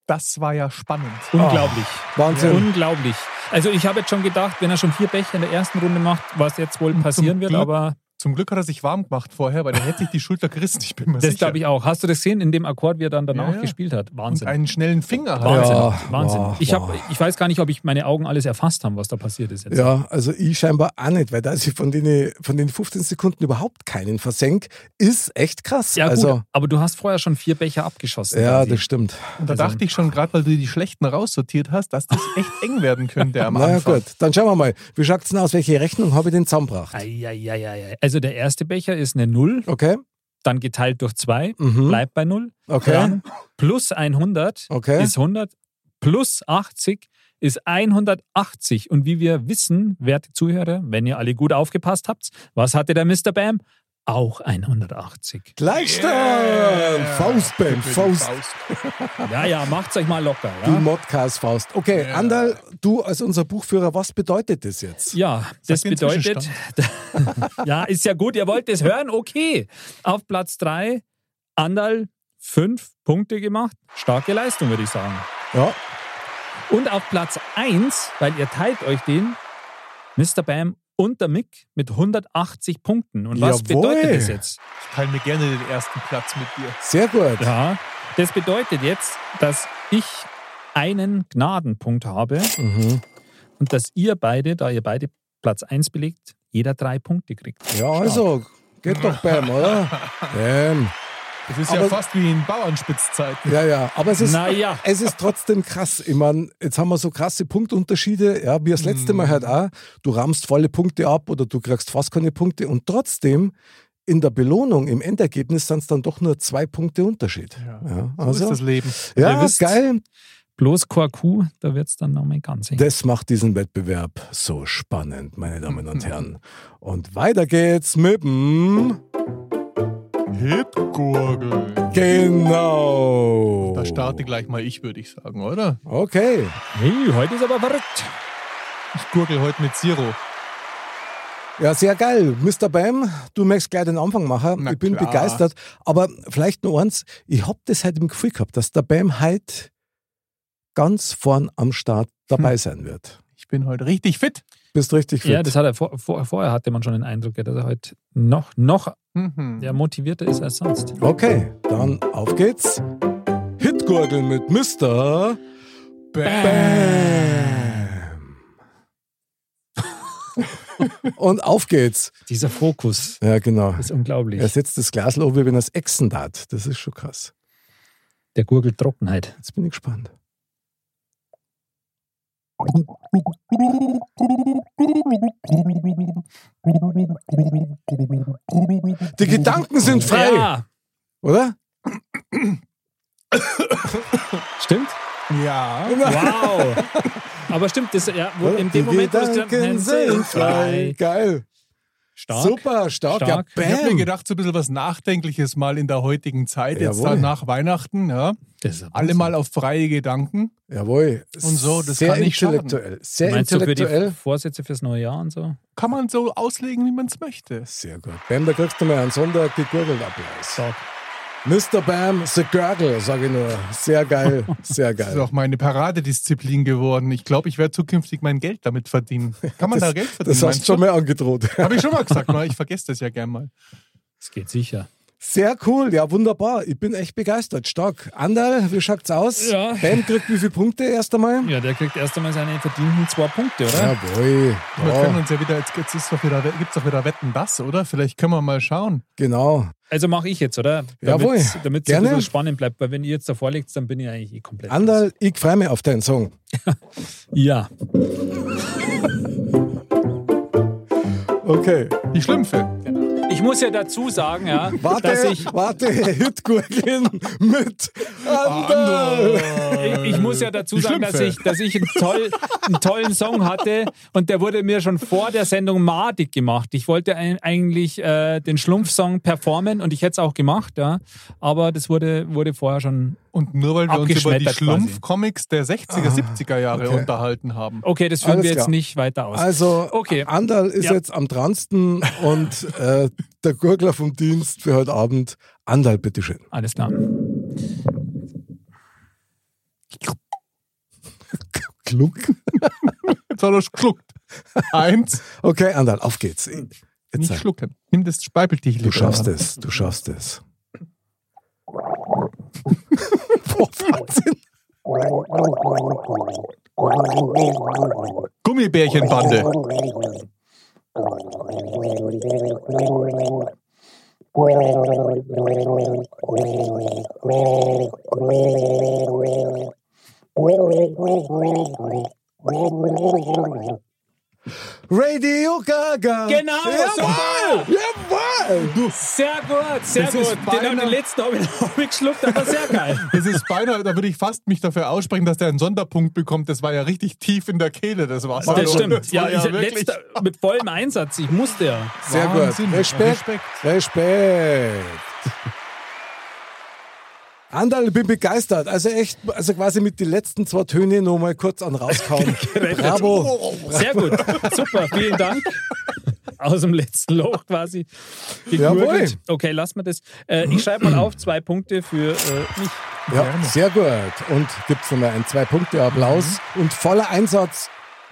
Speaker 2: Das war ja spannend.
Speaker 3: Unglaublich.
Speaker 2: Oh,
Speaker 1: Wahnsinn.
Speaker 3: Unglaublich. Also ich habe jetzt schon gedacht, wenn er schon vier Becher in der ersten Runde macht, was jetzt wohl passieren wird,
Speaker 2: Glück
Speaker 3: aber
Speaker 2: Zum Glück hat er sich warm gemacht vorher, weil er hätte sich die Schulter gerissen. Ich bin mir
Speaker 3: das
Speaker 2: sicher.
Speaker 3: glaube ich auch. Hast du das gesehen in dem Akkord, wie er dann danach
Speaker 2: Ja, ja.
Speaker 3: gespielt hat?
Speaker 2: Und
Speaker 3: Wahnsinn.
Speaker 2: einen schnellen Finger hat.
Speaker 3: Wahnsinn,
Speaker 1: Ja,
Speaker 3: Wahnsinn.
Speaker 1: wow,
Speaker 3: ich, hab,
Speaker 1: wow.
Speaker 3: ich weiß gar nicht, ob ich meine Augen alles erfasst haben, was da passiert ist jetzt.
Speaker 1: Ja, also ich scheinbar auch nicht, weil dass ich von den, von den 15 Sekunden überhaupt keinen versenk, ist echt krass.
Speaker 3: Ja, gut,
Speaker 1: also,
Speaker 3: aber du hast vorher schon vier Becher abgeschossen.
Speaker 1: ja,
Speaker 3: quasi.
Speaker 1: das stimmt.
Speaker 2: Und da dachte ich schon, gerade weil du die schlechten raussortiert hast, dass das echt eng werden könnte am
Speaker 1: Na ja,
Speaker 2: Anfang.
Speaker 1: gut, dann schauen wir mal. Wie schaut's denn aus? Welche Rechnung habe ich denn zusammengebracht?
Speaker 3: Eieieiei. Also der erste Becher ist eine Null,
Speaker 1: Okay,
Speaker 3: dann geteilt durch zwei,
Speaker 1: Mhm.
Speaker 3: bleibt bei Null.
Speaker 1: okay.
Speaker 3: Dann plus 100
Speaker 1: Okay.
Speaker 3: ist 100, plus 80 ist 180. Und wie wir wissen, werte Zuhörer, wenn ihr alle gut aufgepasst habt, was hatte der Mr. Bam? Auch 180.
Speaker 1: Gleichstand! Faustband, Faust,
Speaker 3: Ja, ja, macht's euch mal locker.
Speaker 1: du
Speaker 3: Ja,
Speaker 1: Modcast Faust. Okay, Andal, du als unser Buchführer, was bedeutet das jetzt?
Speaker 3: ja das
Speaker 2: mir den
Speaker 3: bedeutet, [laughs] ja, ist ja gut, ihr wollt es hören, okay. Auf Platz 3, Andal, 5 Punkte gemacht. Starke Leistung, würde ich sagen.
Speaker 1: Ja,
Speaker 3: Und auf Platz 1, weil ihr teilt euch den, Mr. Bam und der Mick mit 180 Punkten. Und was
Speaker 1: Jawohl.
Speaker 3: bedeutet das jetzt?
Speaker 2: Ich teile mir gerne den ersten Platz mit dir.
Speaker 1: sehr gut.
Speaker 3: Ja, das bedeutet jetzt, dass ich einen Gnadenpunkt habe
Speaker 1: Mhm.
Speaker 3: und dass ihr beide, da ihr beide Platz 1 belegt, jeder drei Punkte kriegt.
Speaker 1: ja also, geht doch, Bam, oder? Bam.
Speaker 2: Das ist
Speaker 1: Aber-
Speaker 2: ja fast wie in Bauernspitzzeiten.
Speaker 1: Ja, ja, aber es ist,
Speaker 3: Naja.
Speaker 1: es ist trotzdem krass. Ich meine, jetzt haben wir so krasse Punktunterschiede, ja, wie das letzte Mal halt auch. Du rammst volle Punkte ab oder du kriegst fast keine Punkte und trotzdem in der Belohnung, im Endergebnis sind es dann doch nur zwei Punkte Unterschied. Ja,
Speaker 2: So ist
Speaker 1: also,
Speaker 2: das Leben.
Speaker 1: ja
Speaker 3: Ihr wisst-
Speaker 1: geil.
Speaker 3: Bloß Quarku, da wird's dann nochmal ganz eng.
Speaker 1: Das macht diesen Wettbewerb so spannend, meine
Speaker 2: [laughs]
Speaker 1: Damen und Herren. Und weiter geht's mit dem...
Speaker 2: Hipgurgel.
Speaker 1: Genau.
Speaker 2: Da starte gleich mal ich, würde ich sagen, oder?
Speaker 1: Okay.
Speaker 3: Hey, heute ist aber verrückt.
Speaker 2: Ich gurgel heute mit Zero.
Speaker 1: Ja, sehr geil. Mr. Bam, du möchtest gleich den Anfang machen.
Speaker 2: Na
Speaker 1: ich bin
Speaker 2: klar.
Speaker 1: begeistert. Aber vielleicht nur eins. Ich hab das halt im Gefühl gehabt, dass der Bam halt ganz vorn am Start dabei sein wird.
Speaker 2: Hm. Ich bin heute richtig fit.
Speaker 1: Bist richtig fit.
Speaker 3: Ja, das hat er vor, vor, vorher hatte man schon den Eindruck, dass er heute noch, noch
Speaker 2: Mhm.
Speaker 3: ja, motivierter ist als sonst.
Speaker 1: Okay, dann auf geht's. Hitgurgeln mit Mr. Bam. Und auf geht's.
Speaker 3: Dieser Fokus
Speaker 1: Ja, genau.
Speaker 3: ist unglaublich.
Speaker 1: Er setzt das Glas oben, wenn er es Echsen hat. Das ist schon krass.
Speaker 3: Der gurgelt Trockenheit.
Speaker 1: Jetzt bin ich gespannt. Die Gedanken sind frei,
Speaker 3: Ja,
Speaker 1: oder?
Speaker 3: stimmt.
Speaker 2: Ja.
Speaker 3: Wow. Aber stimmt, das, ja, wo, in dem
Speaker 1: Die
Speaker 3: Moment, wo ich gedacht
Speaker 1: Gedanken
Speaker 3: habe,
Speaker 1: sind frei. Geil.
Speaker 3: Stark.
Speaker 1: Super, stark.
Speaker 3: Stark.
Speaker 1: Ja,
Speaker 2: Ich habe mir
Speaker 1: bam.
Speaker 2: gedacht, so ein bisschen was Nachdenkliches mal in der heutigen Zeit, jetzt
Speaker 1: Jawohl.
Speaker 2: dann nach Weihnachten. Ja.
Speaker 3: Das ist aber
Speaker 2: Alle mal auf freie Gedanken.
Speaker 1: Jawohl.
Speaker 2: Und so, das
Speaker 1: Sehr
Speaker 2: kann nicht schaden.
Speaker 1: intellektuell. Sehr
Speaker 3: Meinst du für die
Speaker 1: intellektuell.
Speaker 3: Vorsätze fürs neue Jahr und so?
Speaker 2: Kann man so auslegen, wie man es möchte.
Speaker 1: Sehr gut. Bam, da kriegst du mal einen Sondergegurgelt-Applaus.
Speaker 3: Stark.
Speaker 1: Mr. Bam, The Gurgle, sage ich nur. Sehr geil, sehr
Speaker 2: Das ist
Speaker 1: geil.
Speaker 2: auch meine Paradedisziplin geworden. Ich glaube, ich werde zukünftig mein Geld damit verdienen. Kann man da Geld verdienen?
Speaker 1: Das hast du schon mal angedroht. [laughs]
Speaker 2: Habe ich schon mal gesagt, ne? ich vergesse das ja gern mal.
Speaker 3: Das geht sicher.
Speaker 1: Sehr cool, ja wunderbar. Ich bin echt begeistert, stark. Anderl, wie schaut's aus?
Speaker 3: Ja.
Speaker 1: Bam kriegt wie viele Punkte erst einmal?
Speaker 3: Ja, der kriegt erst einmal seine verdienten zwei Punkte, oder?
Speaker 1: Jawohl.
Speaker 2: Wir können
Speaker 1: Ja,
Speaker 2: uns ja wieder, jetzt gibt es doch wieder, gibt's doch wieder Wetten das, oder? Vielleicht können wir mal schauen.
Speaker 1: genau.
Speaker 3: Also mache ich jetzt, oder?
Speaker 1: Jawohl.
Speaker 3: Damit es ein
Speaker 1: Gerne.
Speaker 3: bisschen spannend bleibt, weil wenn ihr jetzt davor liegt, dann bin ich eigentlich eh komplett.
Speaker 1: Anderl, ich freue mich auf deinen Song.
Speaker 3: Ja.
Speaker 1: Okay.
Speaker 2: Die Schlümpfe.
Speaker 3: Ich muss ja dazu sagen, ja, dass
Speaker 1: Warte,
Speaker 3: ich,
Speaker 1: warte, [laughs] Hitgurgeln mit Anderl.
Speaker 3: ich, ich muss ja dazu
Speaker 2: Die
Speaker 3: sagen, dass
Speaker 2: Schlümpfe.
Speaker 3: ich, dass ich einen, toll, einen tollen Song hatte und der wurde mir schon vor der Sendung madig gemacht. Ich wollte ein, eigentlich äh, den Schlumpfsong performen und ich hätte es auch gemacht, ja, aber das wurde, wurde vorher schon.
Speaker 2: Und nur weil wir uns über die
Speaker 3: Abgeschmettert quasi.
Speaker 2: Schlumpf-Comics der
Speaker 1: Ah,
Speaker 2: 60er, 70er Jahre unterhalten haben.
Speaker 3: Okay, das führen
Speaker 1: Alles
Speaker 3: wir jetzt
Speaker 1: klar.
Speaker 3: nicht weiter aus.
Speaker 1: Also,
Speaker 3: Okay.
Speaker 1: Anderl ist
Speaker 3: Ja.
Speaker 1: jetzt am dransten und äh, der Gurgler vom Dienst für heute Abend. Anderl, bitteschön.
Speaker 3: Alles klar.
Speaker 1: Kluck.
Speaker 2: Jetzt hat er
Speaker 1: [laughs]
Speaker 2: geschluckt. Eins,
Speaker 1: Okay, Anderl, auf geht's. Jetzt
Speaker 2: nicht
Speaker 1: sag,
Speaker 2: schlucken. Nimm das Speibeltichel.
Speaker 1: du schaffst es, du schaffst es. Boah, Wahnsinn.
Speaker 2: Gummibärchenbande.
Speaker 3: Oh.
Speaker 1: Radio Gaga.
Speaker 3: Genau,
Speaker 1: Jawohl. Jawohl. Du,
Speaker 3: Sehr gut, sehr
Speaker 2: Das ist
Speaker 3: gut. Den,
Speaker 2: beinahe-
Speaker 3: den letzten [laughs] habe ich, hab ich geschluckt, aber sehr geil.
Speaker 2: Das ist beinahe, da würde ich fast mich dafür aussprechen, dass der einen Sonderpunkt bekommt. Das war ja richtig tief in der Kehle, das war
Speaker 3: Das stimmt. Ja,
Speaker 2: war
Speaker 3: ich,
Speaker 2: wirklich-
Speaker 3: letzter, mit vollem Einsatz. Ich musste ja.
Speaker 1: sehr
Speaker 2: Wahnsinn.
Speaker 1: gut. Respekt.
Speaker 2: Respekt.
Speaker 1: Respekt. Anderl, ich bin begeistert. Also echt, also quasi mit den letzten zwei Töne nochmal kurz
Speaker 2: [laughs]
Speaker 1: an rauskauen.
Speaker 2: Genau.
Speaker 1: Bravo.
Speaker 3: Sehr gut. Super. Vielen Dank. Aus dem letzten Loch quasi.
Speaker 1: Jawohl.
Speaker 3: Gegurgelt. Okay, lass mal das. Äh, ich schreibe mal auf zwei Punkte für äh, mich.
Speaker 1: Ja, sehr gut. Und gibt's nochmal einen Zwei-Punkte-Applaus
Speaker 2: Mhm.
Speaker 1: und voller Einsatz.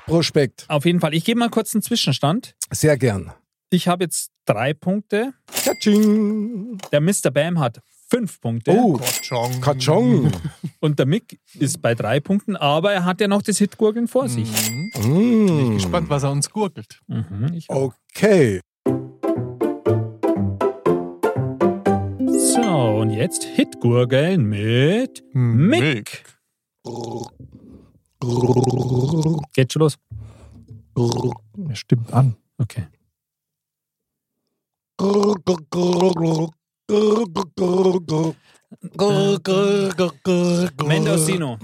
Speaker 1: Prospekt.
Speaker 3: Auf jeden Fall. Ich gebe mal kurz einen Zwischenstand.
Speaker 1: Sehr gern.
Speaker 3: Ich habe jetzt drei Punkte.
Speaker 1: Katsching.
Speaker 3: Der Mr. Bam hat fünf Punkte.
Speaker 1: Oh,
Speaker 2: Kotschong. Mhm.
Speaker 1: Katschong.
Speaker 3: Und der Mick ist bei drei Punkten, aber er hat ja noch das Hitgurgeln vor sich.
Speaker 2: Mhm. Bin
Speaker 1: Mm.
Speaker 2: gespannt, was er uns gurgelt.
Speaker 3: Mhm, ich
Speaker 1: Okay.
Speaker 3: So, und jetzt Hitgurgeln mit
Speaker 2: Mhm.
Speaker 3: Mick. Geht schon los.
Speaker 2: Er stimmt an.
Speaker 3: Okay. Mendocino.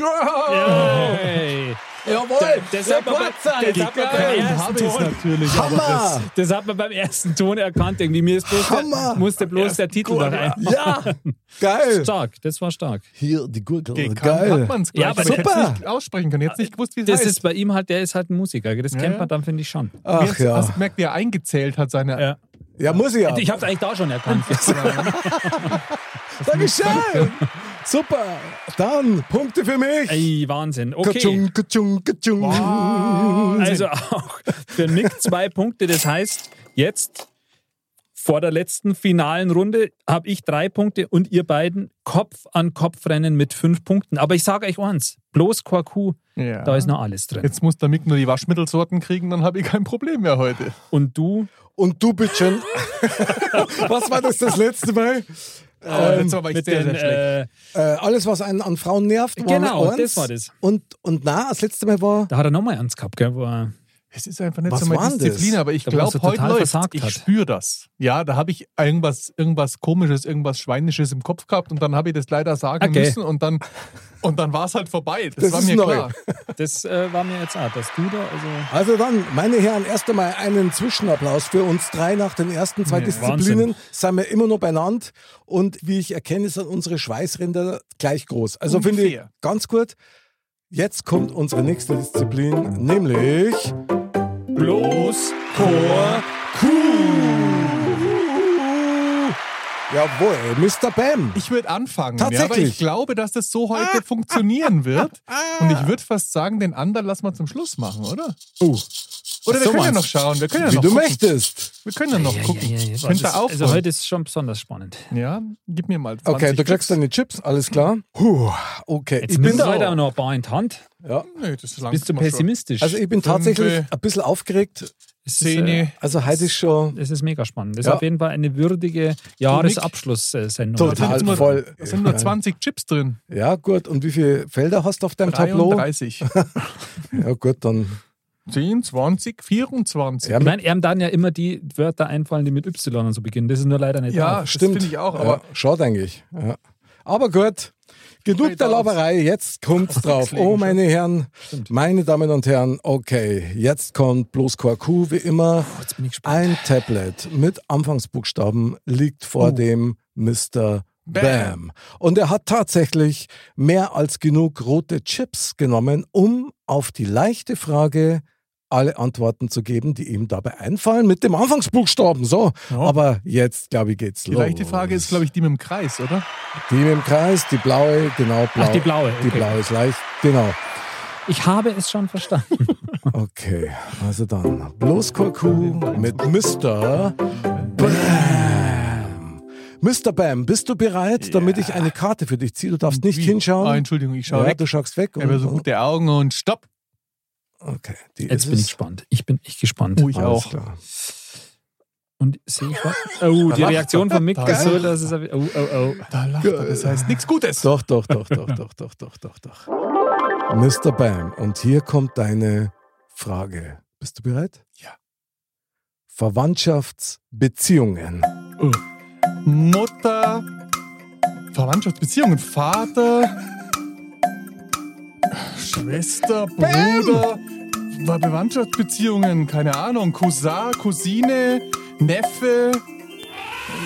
Speaker 3: Yay.
Speaker 1: Jawohl.
Speaker 3: Das hat man bei- das hat man beim ersten Ton-
Speaker 2: natürlich. aber
Speaker 1: Hammer.
Speaker 3: das hat man beim ersten Ton erkannt. Irgendwie mir ist bloß
Speaker 1: Hammer.
Speaker 3: der, musste bloß der Titel da rein.
Speaker 1: Ja. Geil.
Speaker 3: Stark, das war stark.
Speaker 1: Hier die Gurgel.
Speaker 2: Gekannt
Speaker 1: Geil.
Speaker 2: hat man es
Speaker 3: Ja,
Speaker 2: gleich,
Speaker 3: aber
Speaker 2: aber ich hätte
Speaker 1: super.
Speaker 2: es nicht aussprechen können. Ich hätte nicht gewusst, wie es
Speaker 3: Das
Speaker 2: heißt.
Speaker 3: ist bei ihm halt, der ist halt ein Musiker. Das kennt
Speaker 2: ja.
Speaker 3: man dann, finde ich schon.
Speaker 2: Mir
Speaker 1: Ach
Speaker 2: ist-
Speaker 1: ja.
Speaker 2: Hast du gemerkt, wie er eingezählt hat, seine...
Speaker 3: Ja. Also
Speaker 1: Ja, muss ich ja.
Speaker 3: Ich hab's eigentlich da schon erkannt.
Speaker 1: Dankeschön. [laughs] Super. Dann Punkte für mich.
Speaker 3: Ey, Wahnsinn. Okay.
Speaker 1: Katschung, katschung, katschung.
Speaker 3: Also auch für Nick zwei Punkte. Das heißt, jetzt vor der letzten finalen Runde habe ich drei Punkte und ihr beiden Kopf an Kopf rennen mit fünf Punkten. Aber ich sage euch eins: bloß Quarku,
Speaker 2: Ja.
Speaker 3: da ist noch alles drin.
Speaker 2: Jetzt muss der Mick nur die Waschmittelsorten kriegen, dann habe ich kein Problem mehr heute.
Speaker 3: Und du,
Speaker 1: Und du bist schon. [laughs] was war das das letzte Mal? Ähm,
Speaker 2: Aber jetzt war ich
Speaker 3: Ähm, mit
Speaker 2: sehr,
Speaker 3: den,
Speaker 2: sehr schlecht.
Speaker 3: äh,
Speaker 1: Äh, alles, was einen an Frauen nervt, war
Speaker 3: Genau,
Speaker 1: eins.
Speaker 3: das war das.
Speaker 1: Und, und na, das letzte Mal war.
Speaker 3: da hat er nochmal eins gehabt, gell? Wo er,
Speaker 2: Es ist einfach nicht
Speaker 1: Was
Speaker 2: so meine
Speaker 1: war denn das?
Speaker 2: Disziplin, aber ich
Speaker 3: Da, wo er
Speaker 2: glaube,
Speaker 3: so
Speaker 2: heute
Speaker 3: total
Speaker 2: läuft's.
Speaker 3: versagt
Speaker 1: halt.
Speaker 3: hat.
Speaker 2: Ich spüre das. Ja, da habe ich irgendwas, irgendwas Komisches, irgendwas Schweinisches im Kopf gehabt und dann habe ich das leider sagen
Speaker 3: Okay.
Speaker 2: müssen und dann, und dann war es halt vorbei. Das,
Speaker 1: Das
Speaker 2: war
Speaker 1: ist
Speaker 2: mir
Speaker 1: neu.
Speaker 2: klar.
Speaker 3: das äh, war mir jetzt auch, dass du da, also
Speaker 1: Also dann, meine Herren, erst einmal einen Zwischenapplaus für uns drei nach den ersten zwei
Speaker 2: Ja,
Speaker 1: Disziplinen. Sind wir immer noch beieinander. Und wie ich erkenne, sind unsere Schweißränder gleich groß. Also finde ich
Speaker 2: Ungefähr.
Speaker 1: ganz gut. Jetzt kommt unsere nächste Disziplin, nämlich
Speaker 3: bloß Chor.
Speaker 1: Jawohl, Mr. Bam.
Speaker 2: Ich würde anfangen, Ja, aber
Speaker 1: Tatsächlich. Ah,
Speaker 2: ich glaube, dass das so heute funktionieren wird. Und ich würde fast sagen, den anderen lassen wir zum Schluss machen, oder?
Speaker 1: Oh,
Speaker 2: Oder wir können
Speaker 1: so
Speaker 2: ja
Speaker 1: meinst
Speaker 2: noch schauen. Wir können ja
Speaker 1: wie
Speaker 2: noch
Speaker 1: du
Speaker 2: gucken.
Speaker 1: möchtest.
Speaker 2: Wir können ja noch gucken.
Speaker 3: Ja, ja, ja.
Speaker 2: Könnt ihr
Speaker 3: Also,
Speaker 2: aufholen.
Speaker 3: also heute ist schon besonders spannend.
Speaker 2: ja, gib mir mal 20
Speaker 1: Okay, du kriegst
Speaker 2: Tipps.
Speaker 1: deine Chips, alles klar. Puh, okay.
Speaker 3: Jetzt
Speaker 1: ich bin
Speaker 3: nimmst du
Speaker 1: da.
Speaker 3: heute auch noch ein paar in die Hand.
Speaker 1: Ja.
Speaker 2: Nee, das langt
Speaker 3: Bist du
Speaker 2: mir schon.
Speaker 3: pessimistisch?
Speaker 1: Also ich bin tatsächlich
Speaker 2: Fünfe.
Speaker 1: ein bisschen aufgeregt.
Speaker 3: Es ist, äh,
Speaker 2: Szene.
Speaker 1: Also heute ist schon
Speaker 3: Es ist mega spannend. Das
Speaker 1: Ja.
Speaker 3: ist auf jeden Fall eine würdige Jahresabschlusssendung. Also,
Speaker 2: Also,
Speaker 1: Total.
Speaker 2: Da sind nur,
Speaker 1: voll.
Speaker 2: Da sind nur 20 Chips drin.
Speaker 1: Ja, gut. Und wie viele Felder hast du auf deinem Tableau?
Speaker 2: [laughs] 33.
Speaker 1: Ja, gut, dann.
Speaker 2: 10, 20, 24.
Speaker 1: Ja,
Speaker 3: Ich meine, ihm dann ja immer die Wörter einfallen, die mit Y und so beginnen. Das ist nur leider nicht
Speaker 2: Ja,
Speaker 3: drauf.
Speaker 1: stimmt.
Speaker 2: Das finde ich auch,
Speaker 1: Ja,
Speaker 2: aber
Speaker 1: schaut eigentlich. Ja. Aber gut. Genug
Speaker 2: Fällt
Speaker 1: der
Speaker 2: aus.
Speaker 1: Laberei, jetzt
Speaker 2: [laughs]
Speaker 1: kommt's drauf.
Speaker 2: legen
Speaker 1: Oh,
Speaker 2: schon.
Speaker 1: meine Herren, meine Damen und Herren, okay, jetzt kommt bloß Quarku, wie immer.
Speaker 3: Oh, Jetzt bin ich gespannt.
Speaker 1: Ein Tablet mit Anfangsbuchstaben liegt vor dem Mr. Bam.
Speaker 2: Bam.
Speaker 1: Und er hat tatsächlich mehr als genug rote Chips genommen, um auf die leichte Frage alle Antworten zu geben, die ihm dabei einfallen, mit dem Anfangsbuchstaben. So, aber jetzt, glaube ich, geht's
Speaker 2: die
Speaker 1: los.
Speaker 2: leichte Frage ist, glaube ich, die mit dem Kreis, oder?
Speaker 1: Die mit dem Kreis, die blaue, genau, blau.
Speaker 3: Ach, die blaue,
Speaker 1: Die
Speaker 3: okay.
Speaker 1: blaue ist leicht, genau.
Speaker 3: Ich habe es schon verstanden.
Speaker 1: Okay, also dann. Bloß Kurku mit Mr. Bam. Mr. Bam, bist du bereit, damit ich eine Karte für dich ziehe? Du darfst nicht
Speaker 2: Wie?
Speaker 1: hinschauen.
Speaker 2: Ah, Entschuldigung, ich schaue
Speaker 1: ja,
Speaker 2: weg.
Speaker 1: du schaust weg.
Speaker 2: Ich habe ja so gute Augen und stopp.
Speaker 1: okay, die ist
Speaker 3: Jetzt bin ich
Speaker 1: es.
Speaker 3: gespannt. Ich bin echt gespannt.
Speaker 2: Oh, ich
Speaker 1: Alles
Speaker 2: auch.
Speaker 1: klar.
Speaker 3: Und sehe ich was? Oh, die
Speaker 1: lacht
Speaker 3: Reaktion von Mick
Speaker 2: Geil.
Speaker 3: ist so, dass es. Oh, oh, oh.
Speaker 2: Da lacht er, das heißt nichts Gutes.
Speaker 1: Doch, doch, doch, doch, doch, doch, doch, doch, doch. Mr. Bam, und hier kommt deine Frage. Bist du bereit?
Speaker 2: Ja.
Speaker 1: Verwandtschaftsbeziehungen.
Speaker 2: Ah, Mutter, Verwandtschaftsbeziehungen, Vater, Schwester, Bruder, Ver- Verwandtschaftsbeziehungen, keine Ahnung, Cousin, Cousine, Neffe.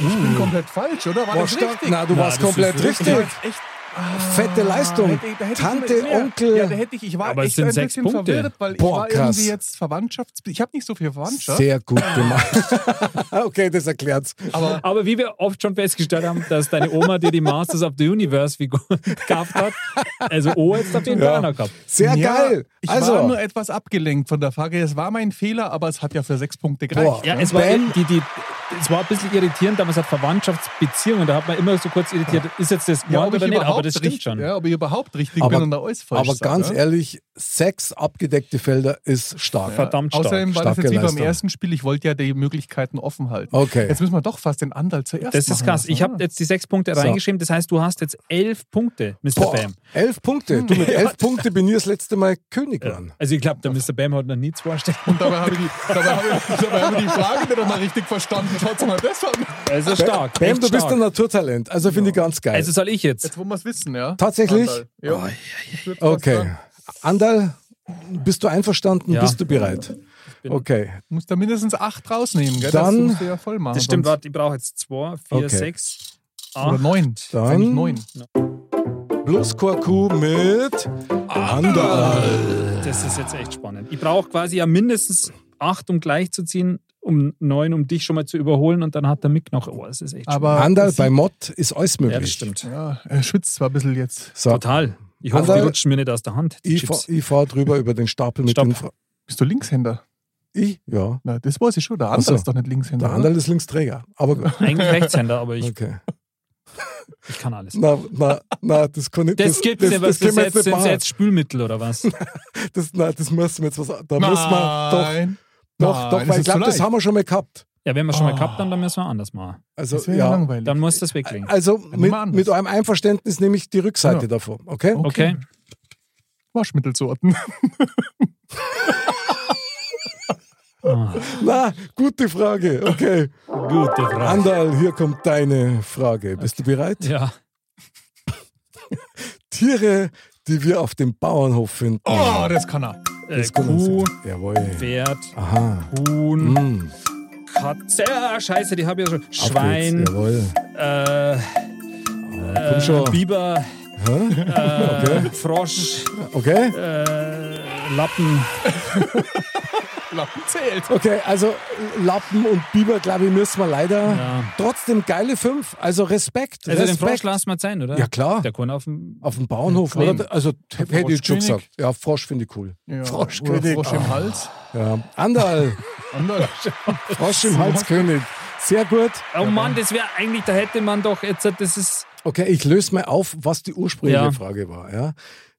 Speaker 2: Ich bin komplett falsch, oder? War
Speaker 1: Uh. Boah,
Speaker 2: das
Speaker 1: stark.
Speaker 2: richtig?
Speaker 1: Na, du
Speaker 3: Na,
Speaker 1: warst
Speaker 3: das ist
Speaker 1: komplett
Speaker 3: richtig.
Speaker 1: richtig.
Speaker 2: Echt? Ah,
Speaker 1: Fette Leistung.
Speaker 2: Hätte ich- da hätte ich
Speaker 1: Tante,
Speaker 2: vielleicht mehr.
Speaker 1: Onkel.
Speaker 2: Ja, da hätte ich, ich war
Speaker 3: Aber es
Speaker 2: echt
Speaker 3: sind
Speaker 2: ein
Speaker 3: sechs
Speaker 2: bisschen
Speaker 3: Punkte.
Speaker 2: verwirrt, weil
Speaker 1: Boah,
Speaker 2: ich war
Speaker 1: krass.
Speaker 2: irgendwie jetzt Verwandtschafts... Ich habe nicht so viel Verwandtschaft.
Speaker 1: Sehr gut [laughs] gemacht. okay, das erklärt's.
Speaker 2: aber
Speaker 3: Aber wie wir oft schon festgestellt haben, dass deine Oma dir die Masters of the Universe-Figur [laughs] gehabt hat. Also, O jetzt auf jeden Fall
Speaker 1: Ja.
Speaker 3: einer gehabt.
Speaker 1: Sehr
Speaker 2: Ja,
Speaker 1: geil.
Speaker 2: Ich
Speaker 1: also,
Speaker 2: war nur etwas abgelenkt von der Frage. Es war mein Fehler, aber es hat ja für sechs Punkte
Speaker 1: Boah.
Speaker 2: gereicht.
Speaker 3: Ja, es war,
Speaker 1: Ben-
Speaker 3: die, die, es war ein bisschen irritierend, damals hat Verwandtschaftsbeziehungen, da hat man immer so kurz irritiert, ist jetzt das Wort
Speaker 2: Ja, ob ich
Speaker 3: oder nicht,
Speaker 2: überhaupt
Speaker 3: aber das stimmt
Speaker 2: richtig,
Speaker 3: schon.
Speaker 2: Ja, ob ich überhaupt richtig
Speaker 1: Aber-
Speaker 2: bin und da alles falsch
Speaker 1: aber
Speaker 2: sag,
Speaker 1: ganz
Speaker 2: ja?
Speaker 1: ehrlich, sechs abgedeckte Felder ist stark.
Speaker 3: Verdammt stark.
Speaker 2: Außerdem war das
Speaker 1: Starke
Speaker 2: jetzt wie beim
Speaker 1: Leistung.
Speaker 2: ersten Spiel. Ich wollte ja die Möglichkeiten offen halten.
Speaker 1: Okay.
Speaker 2: Jetzt müssen wir doch fast den Andal zuerst
Speaker 3: das ist
Speaker 2: machen
Speaker 3: krass.
Speaker 2: lassen,
Speaker 3: Ich habe
Speaker 2: oder?
Speaker 3: jetzt die sechs Punkte
Speaker 1: So.
Speaker 3: reingeschrieben, das heißt, du hast jetzt elf Punkte, Mr.
Speaker 1: Boah,
Speaker 3: Bam.
Speaker 1: elf Punkte. Du
Speaker 3: [laughs]
Speaker 1: mit elf Punkten bin ich das letzte Mal König geworden.
Speaker 3: Also ich glaube, der Mr. Bam hat noch nie zwei Stellen.
Speaker 2: Und dabei habe ich, die- dabei habe ich, dabei habe ich die Frage nicht einmal richtig verstanden. Schaut mal das an.
Speaker 3: [laughs] Also stark.
Speaker 1: Bam,
Speaker 3: echt
Speaker 1: du bist
Speaker 3: stark.
Speaker 1: ein Naturtalent. Also finde ich ganz geil.
Speaker 3: Also soll ich jetzt?
Speaker 2: Jetzt wollen wir es wissen, ja?
Speaker 1: Tatsächlich?
Speaker 2: Anderl, Ja. Ich würd fast
Speaker 1: okay.
Speaker 2: sagen,
Speaker 1: Andal, bist du einverstanden?
Speaker 3: Ja.
Speaker 1: Bist du bereit?
Speaker 3: bin-
Speaker 1: Okay.
Speaker 2: Du musst da mindestens acht rausnehmen, gell?
Speaker 1: Dann-
Speaker 2: das musst du ja voll machen.
Speaker 3: Das stimmt,
Speaker 2: sonst-
Speaker 3: warte, ich brauche jetzt zwei, vier,
Speaker 1: Okay.
Speaker 3: sechs,
Speaker 2: Oder
Speaker 3: acht.
Speaker 2: neun.
Speaker 1: Dann-
Speaker 2: Eigentlich neun.
Speaker 1: Bloß Korku mit Andal.
Speaker 3: Das ist jetzt echt spannend. Ich brauche quasi ja mindestens acht, um gleichzuziehen, um neun, um dich schon mal zu überholen und dann hat er Mick noch. Oh, das ist echt
Speaker 2: Aber
Speaker 1: Anderl
Speaker 2: das-
Speaker 1: bei Mod ist alles
Speaker 3: schlimm. Ja, das
Speaker 1: möglich.
Speaker 3: stimmt.
Speaker 2: Ja, er schwitzt zwar ein bisschen jetzt.
Speaker 1: so,
Speaker 3: Total. Ich hoffe,
Speaker 1: Anderl-
Speaker 3: die rutschen mir nicht aus der Hand. Die
Speaker 1: Also, ich fahre
Speaker 3: Chips.
Speaker 1: fahr drüber über den Stapel mit
Speaker 3: Stopp.
Speaker 1: den Fra
Speaker 2: Bist du Linkshänder?
Speaker 1: Ich? Ja.
Speaker 2: Na, das weiß ich schon. Der
Speaker 1: Ach
Speaker 2: andere
Speaker 1: so.
Speaker 2: ist doch nicht Linkshänder.
Speaker 1: Der Anderl ist Linksträger. Aber
Speaker 2: [laughs]
Speaker 1: gut.
Speaker 3: Eigentlich
Speaker 1: [laughs]
Speaker 3: Rechtshänder, aber ich,
Speaker 1: Okay.
Speaker 3: ich kann alles.
Speaker 1: Na, na, na, das kann ich.
Speaker 3: Das gibt es ja was. Das
Speaker 1: können wir
Speaker 3: jetzt, sind
Speaker 1: machen.
Speaker 3: jetzt Spülmittel oder was?
Speaker 1: Das, nein, das müssen wir jetzt was. Da
Speaker 2: Nein.
Speaker 1: muss man. Doch, doch,
Speaker 2: Nein,
Speaker 1: doch
Speaker 2: das
Speaker 1: weil ich
Speaker 2: ist zu
Speaker 1: glaube, das
Speaker 2: leicht.
Speaker 1: haben wir schon mal gehabt.
Speaker 3: Ja, wenn wir schon mal
Speaker 2: Ah.
Speaker 3: gehabt haben, dann müssen wir anders machen.
Speaker 1: Also,
Speaker 2: Das wäre ja.
Speaker 1: ja.
Speaker 2: langweilig.
Speaker 3: Dann muss das weglegen.
Speaker 1: Also
Speaker 2: nehmen
Speaker 1: mit,
Speaker 2: wir an.
Speaker 1: mit eurem Einverständnis nehme ich die Rückseite
Speaker 2: Ja.
Speaker 1: davon, ah, okay?
Speaker 3: Okay.
Speaker 1: [laughs]
Speaker 2: Waschmittelsorten.
Speaker 3: Ah,
Speaker 1: Na, gute Frage. Okay.
Speaker 3: gute
Speaker 2: Ah.
Speaker 3: Frage.
Speaker 1: Andal, hier kommt deine Frage. Bist du bereit?
Speaker 3: Ja.
Speaker 1: Tiere, die wir auf dem Bauernhof finden.
Speaker 2: Oh, das kann er.
Speaker 3: Äh,
Speaker 1: können sie.
Speaker 3: Kuh,
Speaker 1: Jawohl.
Speaker 3: Pferd,
Speaker 1: Aha.
Speaker 3: Huhn,
Speaker 1: Mm,
Speaker 3: Katze. Ah, scheiße, die habe ich ja schon.
Speaker 1: auf
Speaker 3: Schwein,
Speaker 1: geht's. Jawohl.
Speaker 3: äh,
Speaker 1: Komm
Speaker 3: äh,
Speaker 1: schon.
Speaker 3: Biber, äh, Frosch,
Speaker 1: Okay?
Speaker 3: äh, Lappen.
Speaker 2: Lappen zählt.
Speaker 1: Okay, also Lappen und Biber, glaube ich, müssen wir leider.
Speaker 3: Ja.
Speaker 1: Trotzdem geile fünf. Also Respekt.
Speaker 3: Also den
Speaker 1: Respekt.
Speaker 3: Frosch lassen wir sein, oder?
Speaker 1: Ja, klar.
Speaker 3: Der kann auf dem.
Speaker 1: Auf dem Bauernhof,
Speaker 3: Nehmen.
Speaker 1: oder? Also hätte ich schon
Speaker 2: Froschkönig.
Speaker 1: gesagt. Ja, Frosch finde ich cool.
Speaker 2: oder
Speaker 1: Froschkönig. Oh.
Speaker 2: Frosch im Hals.
Speaker 1: Ja. Andal,
Speaker 2: Anderl.
Speaker 1: Frosch
Speaker 3: [laughs]
Speaker 1: im Halskönig. Sehr gut.
Speaker 3: Oh Mann, das wäre eigentlich, da hätte man doch jetzt, das ist.
Speaker 1: Okay, ich löse mal auf, was die ursprüngliche
Speaker 3: Ja.
Speaker 1: Frage war. Ja.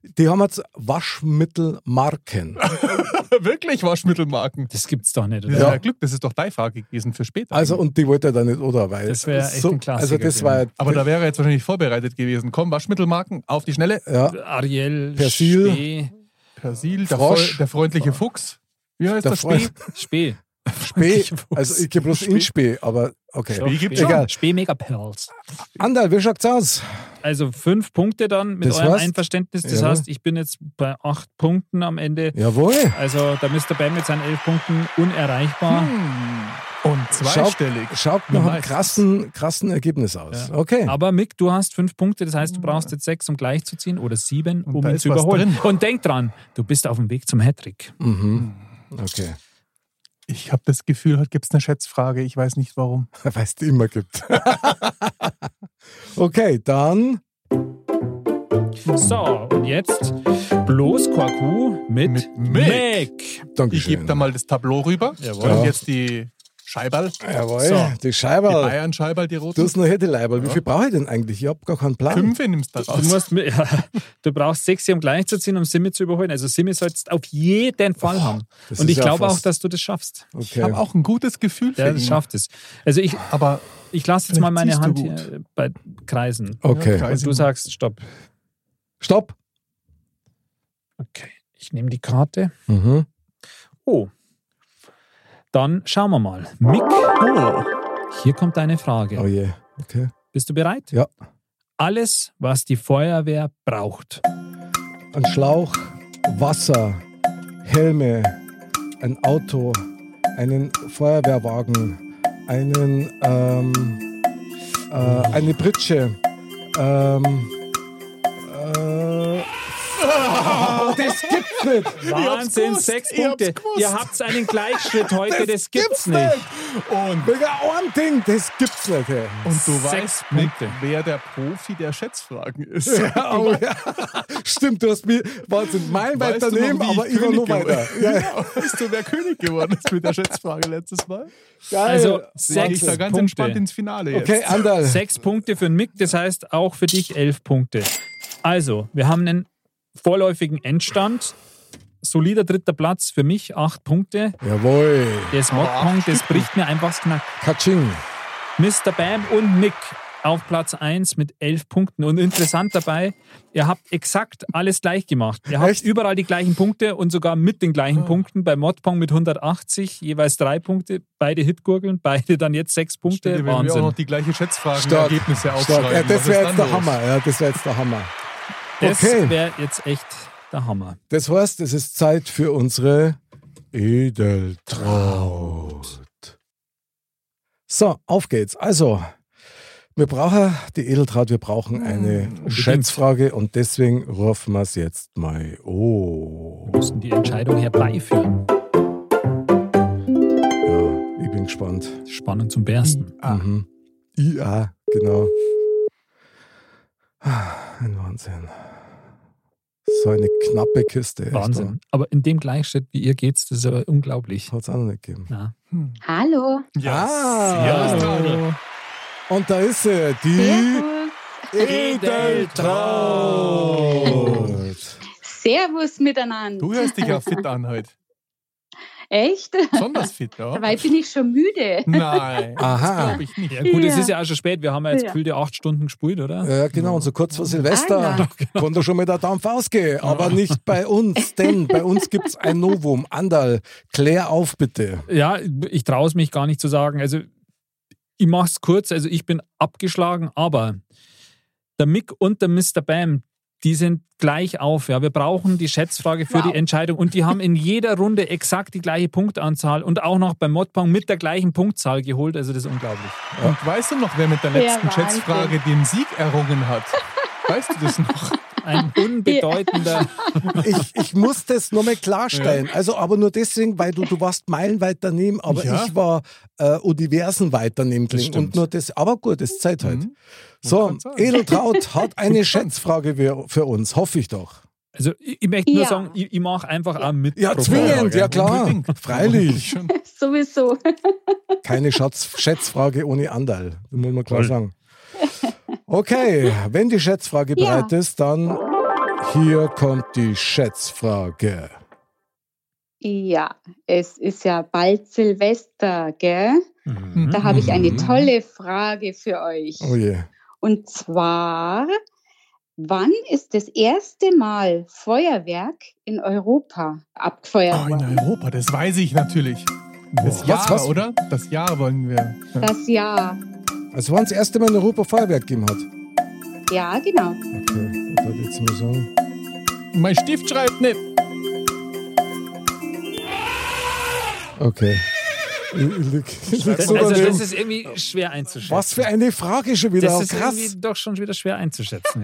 Speaker 1: Die haben jetzt Waschmittelmarken.
Speaker 2: [laughs]
Speaker 3: [laughs]
Speaker 2: Wirklich Waschmittelmarken.
Speaker 3: Das gibt's doch nicht,
Speaker 2: Das
Speaker 3: oder?
Speaker 2: ist
Speaker 1: Ja.
Speaker 2: ja. Glück, das ist doch deine Frage gewesen für später.
Speaker 1: Also, und die wollte er da nicht, oder? Weil
Speaker 3: Das wäre echt ein Klassiker
Speaker 1: Also, das war
Speaker 2: Aber da wäre er jetzt wahrscheinlich vorbereitet gewesen. Komm, Waschmittelmarken, auf die Schnelle.
Speaker 1: ja,
Speaker 3: Ariel,
Speaker 1: Persil.
Speaker 3: Spee.
Speaker 2: Persil, der,
Speaker 1: Frosch. Äh,
Speaker 2: Frosch. der freundliche Fuchs. Wie heißt
Speaker 1: Der
Speaker 2: der, Spee?
Speaker 1: Frosch.
Speaker 3: Spee.
Speaker 1: Spee. Also, ich gehe bloß in Spee, aber okay.
Speaker 2: Spee gibt's
Speaker 3: Spee.
Speaker 1: schon.
Speaker 3: Spee Megapelz.
Speaker 1: Andal, wie schaut's aus?
Speaker 3: Also fünf Punkte dann mit
Speaker 1: Das
Speaker 3: eurem
Speaker 1: heißt-
Speaker 3: Einverständnis. Das
Speaker 1: Jawohl.
Speaker 3: heißt, ich bin jetzt bei acht Punkten am Ende.
Speaker 1: Jawohl.
Speaker 3: Also da Mr. Bam mit seinen elf Punkten unerreichbar.
Speaker 1: Hm.
Speaker 2: Hm. Und zweistellig.
Speaker 1: Schaut, schaut nach einem
Speaker 2: Meistens.
Speaker 1: krassen, krassen Ergebnis aus.
Speaker 3: Ja.
Speaker 1: Okay.
Speaker 3: Aber Mick, du hast fünf Punkte, das heißt, du brauchst jetzt sechs, um gleichzuziehen oder sieben,
Speaker 2: Und
Speaker 3: um
Speaker 2: da
Speaker 3: ihn
Speaker 2: ist
Speaker 3: zu
Speaker 2: was
Speaker 3: überholen.
Speaker 2: drin.
Speaker 3: Und denk dran, du bist auf dem Weg zum Hattrick.
Speaker 1: Mhm. Okay. [laughs]
Speaker 2: Ich habe das Gefühl, heute gibt es eine Schätzfrage. Ich weiß nicht warum.
Speaker 1: Weil es die immer gibt. [laughs] okay, dann
Speaker 3: So, und jetzt bloß Quarku mit,
Speaker 2: Mit Mick.
Speaker 3: Mick.
Speaker 2: Ich
Speaker 1: Dankeschön.
Speaker 2: gebe da mal das Tableau rüber.
Speaker 3: Jawohl.
Speaker 2: Und jetzt die Scheiberl.
Speaker 1: Jawohl,
Speaker 2: So,
Speaker 1: die
Speaker 2: die
Speaker 1: Scheibe.
Speaker 2: Bayern-Scheiberl, die
Speaker 1: Du
Speaker 2: roten.
Speaker 1: hast noch hier die Leiberl. Wie viel brauche ich denn eigentlich? Ich habe gar keinen Plan.
Speaker 2: Fünfe nimmst du
Speaker 3: Du,
Speaker 2: raus.
Speaker 3: musst, mi- ja, [laughs] du brauchst sechs, um gleichzuziehen, um Simi zu überholen. Also Simi sollst du auf jeden Fall haben.
Speaker 1: das
Speaker 3: Und
Speaker 1: ist
Speaker 3: ich
Speaker 1: ja
Speaker 3: glaube
Speaker 1: fast-
Speaker 3: auch, dass du das schaffst.
Speaker 2: Ich
Speaker 1: Okay.
Speaker 2: habe auch ein gutes Gefühl für
Speaker 3: Der
Speaker 2: ihn.
Speaker 3: schafft es. Also ich,
Speaker 2: Aber
Speaker 3: ich lasse jetzt mal meine
Speaker 2: ne? Vielleicht
Speaker 3: Hand
Speaker 2: ziehst du
Speaker 3: hier äh, bei Kreisen.
Speaker 1: Okay.
Speaker 3: Und du sagst Stopp.
Speaker 1: Stopp.
Speaker 3: Okay, ich nehme die Karte.
Speaker 1: Mhm.
Speaker 3: Oh. Dann schauen wir mal. Mick,
Speaker 2: oh,
Speaker 3: hier kommt deine Frage.
Speaker 1: Oh je. Okay.
Speaker 3: Bist du bereit?
Speaker 1: Ja.
Speaker 3: Alles, was die Feuerwehr braucht.
Speaker 1: Ein Schlauch, Wasser, Helme, ein Auto, einen Feuerwehrwagen, einen, ähm, äh, eine Pritsche, ähm, äh, oh, [laughs] das gibt's nicht.
Speaker 3: Wahnsinn,
Speaker 2: gewusst,
Speaker 3: sechs
Speaker 2: ich hab's
Speaker 3: Punkte.
Speaker 2: gewusst.
Speaker 3: Ihr habt einen Gleichschritt heute, das, gibt's nicht.
Speaker 2: Und,
Speaker 1: Digga, ein Ding, das gibt's nicht. Hey.
Speaker 2: und du
Speaker 3: Sechs
Speaker 2: weißt nicht,
Speaker 3: Punkte.
Speaker 2: wer der Profi der Schätzfragen ist. [laughs]
Speaker 1: Oh, ja. [laughs] Stimmt, du hast mir, Wahnsinn, mein
Speaker 2: Weißt
Speaker 1: weiter
Speaker 2: du noch,
Speaker 1: nehmen,
Speaker 2: wie
Speaker 1: aber ich war
Speaker 2: König
Speaker 1: noch weiter.
Speaker 2: geworden- [laughs]
Speaker 1: Ja,
Speaker 2: Weißt du, wer König geworden ist mit der Schätzfrage letztes Mal?
Speaker 1: geil.
Speaker 3: Also
Speaker 2: Sag ich
Speaker 3: sechs
Speaker 2: da ganz
Speaker 3: Punkte.
Speaker 2: entspannt ins Finale jetzt.
Speaker 1: okay, Andal.
Speaker 3: Sechs Punkte für den Mick, das heißt auch für dich elf Punkte. Also, wir haben einen vorläufigen Endstand. Solider dritter Platz für mich, acht Punkte.
Speaker 1: Jawohl.
Speaker 3: Das Modpong, das bricht mir einfach das Knack.
Speaker 1: Katsching.
Speaker 3: Mr. Bam und Mick auf Platz 1 mit elf Punkten. Und interessant dabei, ihr habt exakt alles gleich gemacht. Ihr habt
Speaker 1: Echt?
Speaker 3: überall die gleichen Punkte und sogar mit den
Speaker 2: Ah.
Speaker 3: gleichen Punkten. Bei Modpong mit 180, jeweils drei Punkte, beide Hitgurgeln, beide dann jetzt sechs Punkte.
Speaker 2: Wenn wir auch
Speaker 3: Wahnsinn.
Speaker 2: noch die gleichen
Speaker 1: Stark.
Speaker 2: Schätzfragen-Ergebnisse
Speaker 1: Stark.
Speaker 2: aufschreiben.
Speaker 1: Ja, das
Speaker 2: was ist
Speaker 1: wäre jetzt
Speaker 2: dann
Speaker 1: der
Speaker 2: los?
Speaker 1: Hammer. Ja, das wäre jetzt der Hammer.
Speaker 3: Das
Speaker 1: Okay.
Speaker 3: wäre jetzt echt der Hammer.
Speaker 1: Das heißt, es ist Zeit für unsere Edeltraut. So, auf geht's. Also, wir brauchen die Edeltraut, wir
Speaker 2: Mm,
Speaker 1: brauchen eine Schätzfrage und deswegen rufen wir es jetzt mal. Oh.
Speaker 3: müssen die Entscheidung herbeiführen.
Speaker 1: Ja, ich Ich bin gespannt.
Speaker 3: Spannung zum Bersten.
Speaker 1: Mhm. IA, genau. Ah, Ein Wahnsinn. So eine knappe Kiste. echt,
Speaker 3: Wahnsinn. Aber in dem Gleichschritt wie ihr geht's, das ist aber unglaublich.
Speaker 1: oder? Hat's auch noch nicht gegeben.
Speaker 3: Na.
Speaker 2: Hm.
Speaker 5: Hallo.
Speaker 1: Ah,
Speaker 3: Hallo.
Speaker 1: Und da ist sie, die
Speaker 5: Servus.
Speaker 1: Edeltraut.
Speaker 5: Servus miteinander.
Speaker 2: Du hörst dich ja fit an heute.
Speaker 5: Echt?
Speaker 2: Besonders fit, ja? [laughs] Hm.
Speaker 5: Dabei bin ich schon müde.
Speaker 2: Nein.
Speaker 1: Aha.
Speaker 2: Glaube ich nicht.
Speaker 3: Ja, gut, es
Speaker 5: Ja.
Speaker 3: ist ja auch schon spät. Wir haben ja jetzt
Speaker 5: Ja.
Speaker 3: gefühlte acht Stunden gespielt, oder?
Speaker 1: Ja, genau, und so kurz vor Silvester
Speaker 5: Ah,
Speaker 1: konnte schon mit der Dampf ausgehen, aber nicht bei uns, denn bei uns gibt's ein Novum. Andal, klär auf bitte.
Speaker 3: Ja, ich traue es mich gar nicht zu sagen. Also, ich mache es kurz. Also, ich bin abgeschlagen, aber der Mick und der Mr. Bam, die sind gleich auf. Ja, wir brauchen die Schätzfrage für
Speaker 5: Wow.
Speaker 3: die Entscheidung und die haben in jeder Runde exakt die gleiche Punktanzahl und auch noch beim Modpong mit der gleichen Punktzahl geholt. Also, das ist unglaublich.
Speaker 2: Und weißt du noch, wer mit der
Speaker 5: Der
Speaker 2: letzten
Speaker 5: Wahnsinn.
Speaker 2: Schätzfrage den Sieg errungen hat? Weißt du das noch?
Speaker 5: [laughs]
Speaker 3: Ein unbedeutender.
Speaker 1: Ich, ich muss das nochmal klarstellen. Also, aber nur deswegen, weil du, du warst meilenweit daneben, aber
Speaker 2: Ja.
Speaker 1: ich war äh, Universen weit daneben.
Speaker 2: Das
Speaker 1: gelegen. Und
Speaker 2: stimmt.
Speaker 1: nur das, aber gut, es ist Zeit halt.
Speaker 2: Hm?
Speaker 1: So,
Speaker 2: kann's sagen.
Speaker 1: [laughs] Edeltraut hat eine Schätzfrage wir- für uns, hoffe ich doch.
Speaker 3: Also, ich, ich möchte nur
Speaker 5: Ja.
Speaker 3: sagen, ich, ich mache einfach auch mit.
Speaker 1: Ja,
Speaker 3: pro
Speaker 1: zwingend,
Speaker 3: Folge.
Speaker 1: ja klar.
Speaker 2: Unbedingt.
Speaker 1: [laughs] Freilich.
Speaker 2: Schon.
Speaker 5: [laughs] Sowieso.
Speaker 1: Keine Schatz Schätzfrage ohne Andal. Das muss man klar sagen. Okay, wenn die Schätzfrage
Speaker 5: Ja.
Speaker 1: bereit ist, dann hier kommt die Schätzfrage.
Speaker 5: Ja, es ist ja bald Silvester, gell?
Speaker 3: Mhm.
Speaker 5: Da habe ich eine
Speaker 2: Mhm.
Speaker 5: tolle Frage für euch.
Speaker 1: Oh je.
Speaker 5: Und zwar, wann ist das erste Mal Feuerwerk in Europa
Speaker 2: Oh,
Speaker 5: abgefeuert
Speaker 2: in
Speaker 5: worden?
Speaker 2: Europa, das weiß ich natürlich. Das Jahr,
Speaker 1: Was, was?
Speaker 2: oder? Das Jahr wollen wir.
Speaker 5: Das Jahr.
Speaker 1: Also wann das erste Mal in Europa Feuerwerk gegeben hat.
Speaker 5: Ja, genau.
Speaker 1: Okay, was soll ich jetzt mal sagen?
Speaker 2: Mein Stift schreibt nicht.
Speaker 1: Okay. Ich- ich lieg- ich lieg
Speaker 3: Das,
Speaker 1: so
Speaker 3: also, das
Speaker 1: daneben.
Speaker 3: ist irgendwie schwer einzuschätzen.
Speaker 1: Was für eine Frage schon wieder.
Speaker 3: Das ist
Speaker 1: Krass.
Speaker 3: irgendwie doch schon wieder schwer einzuschätzen,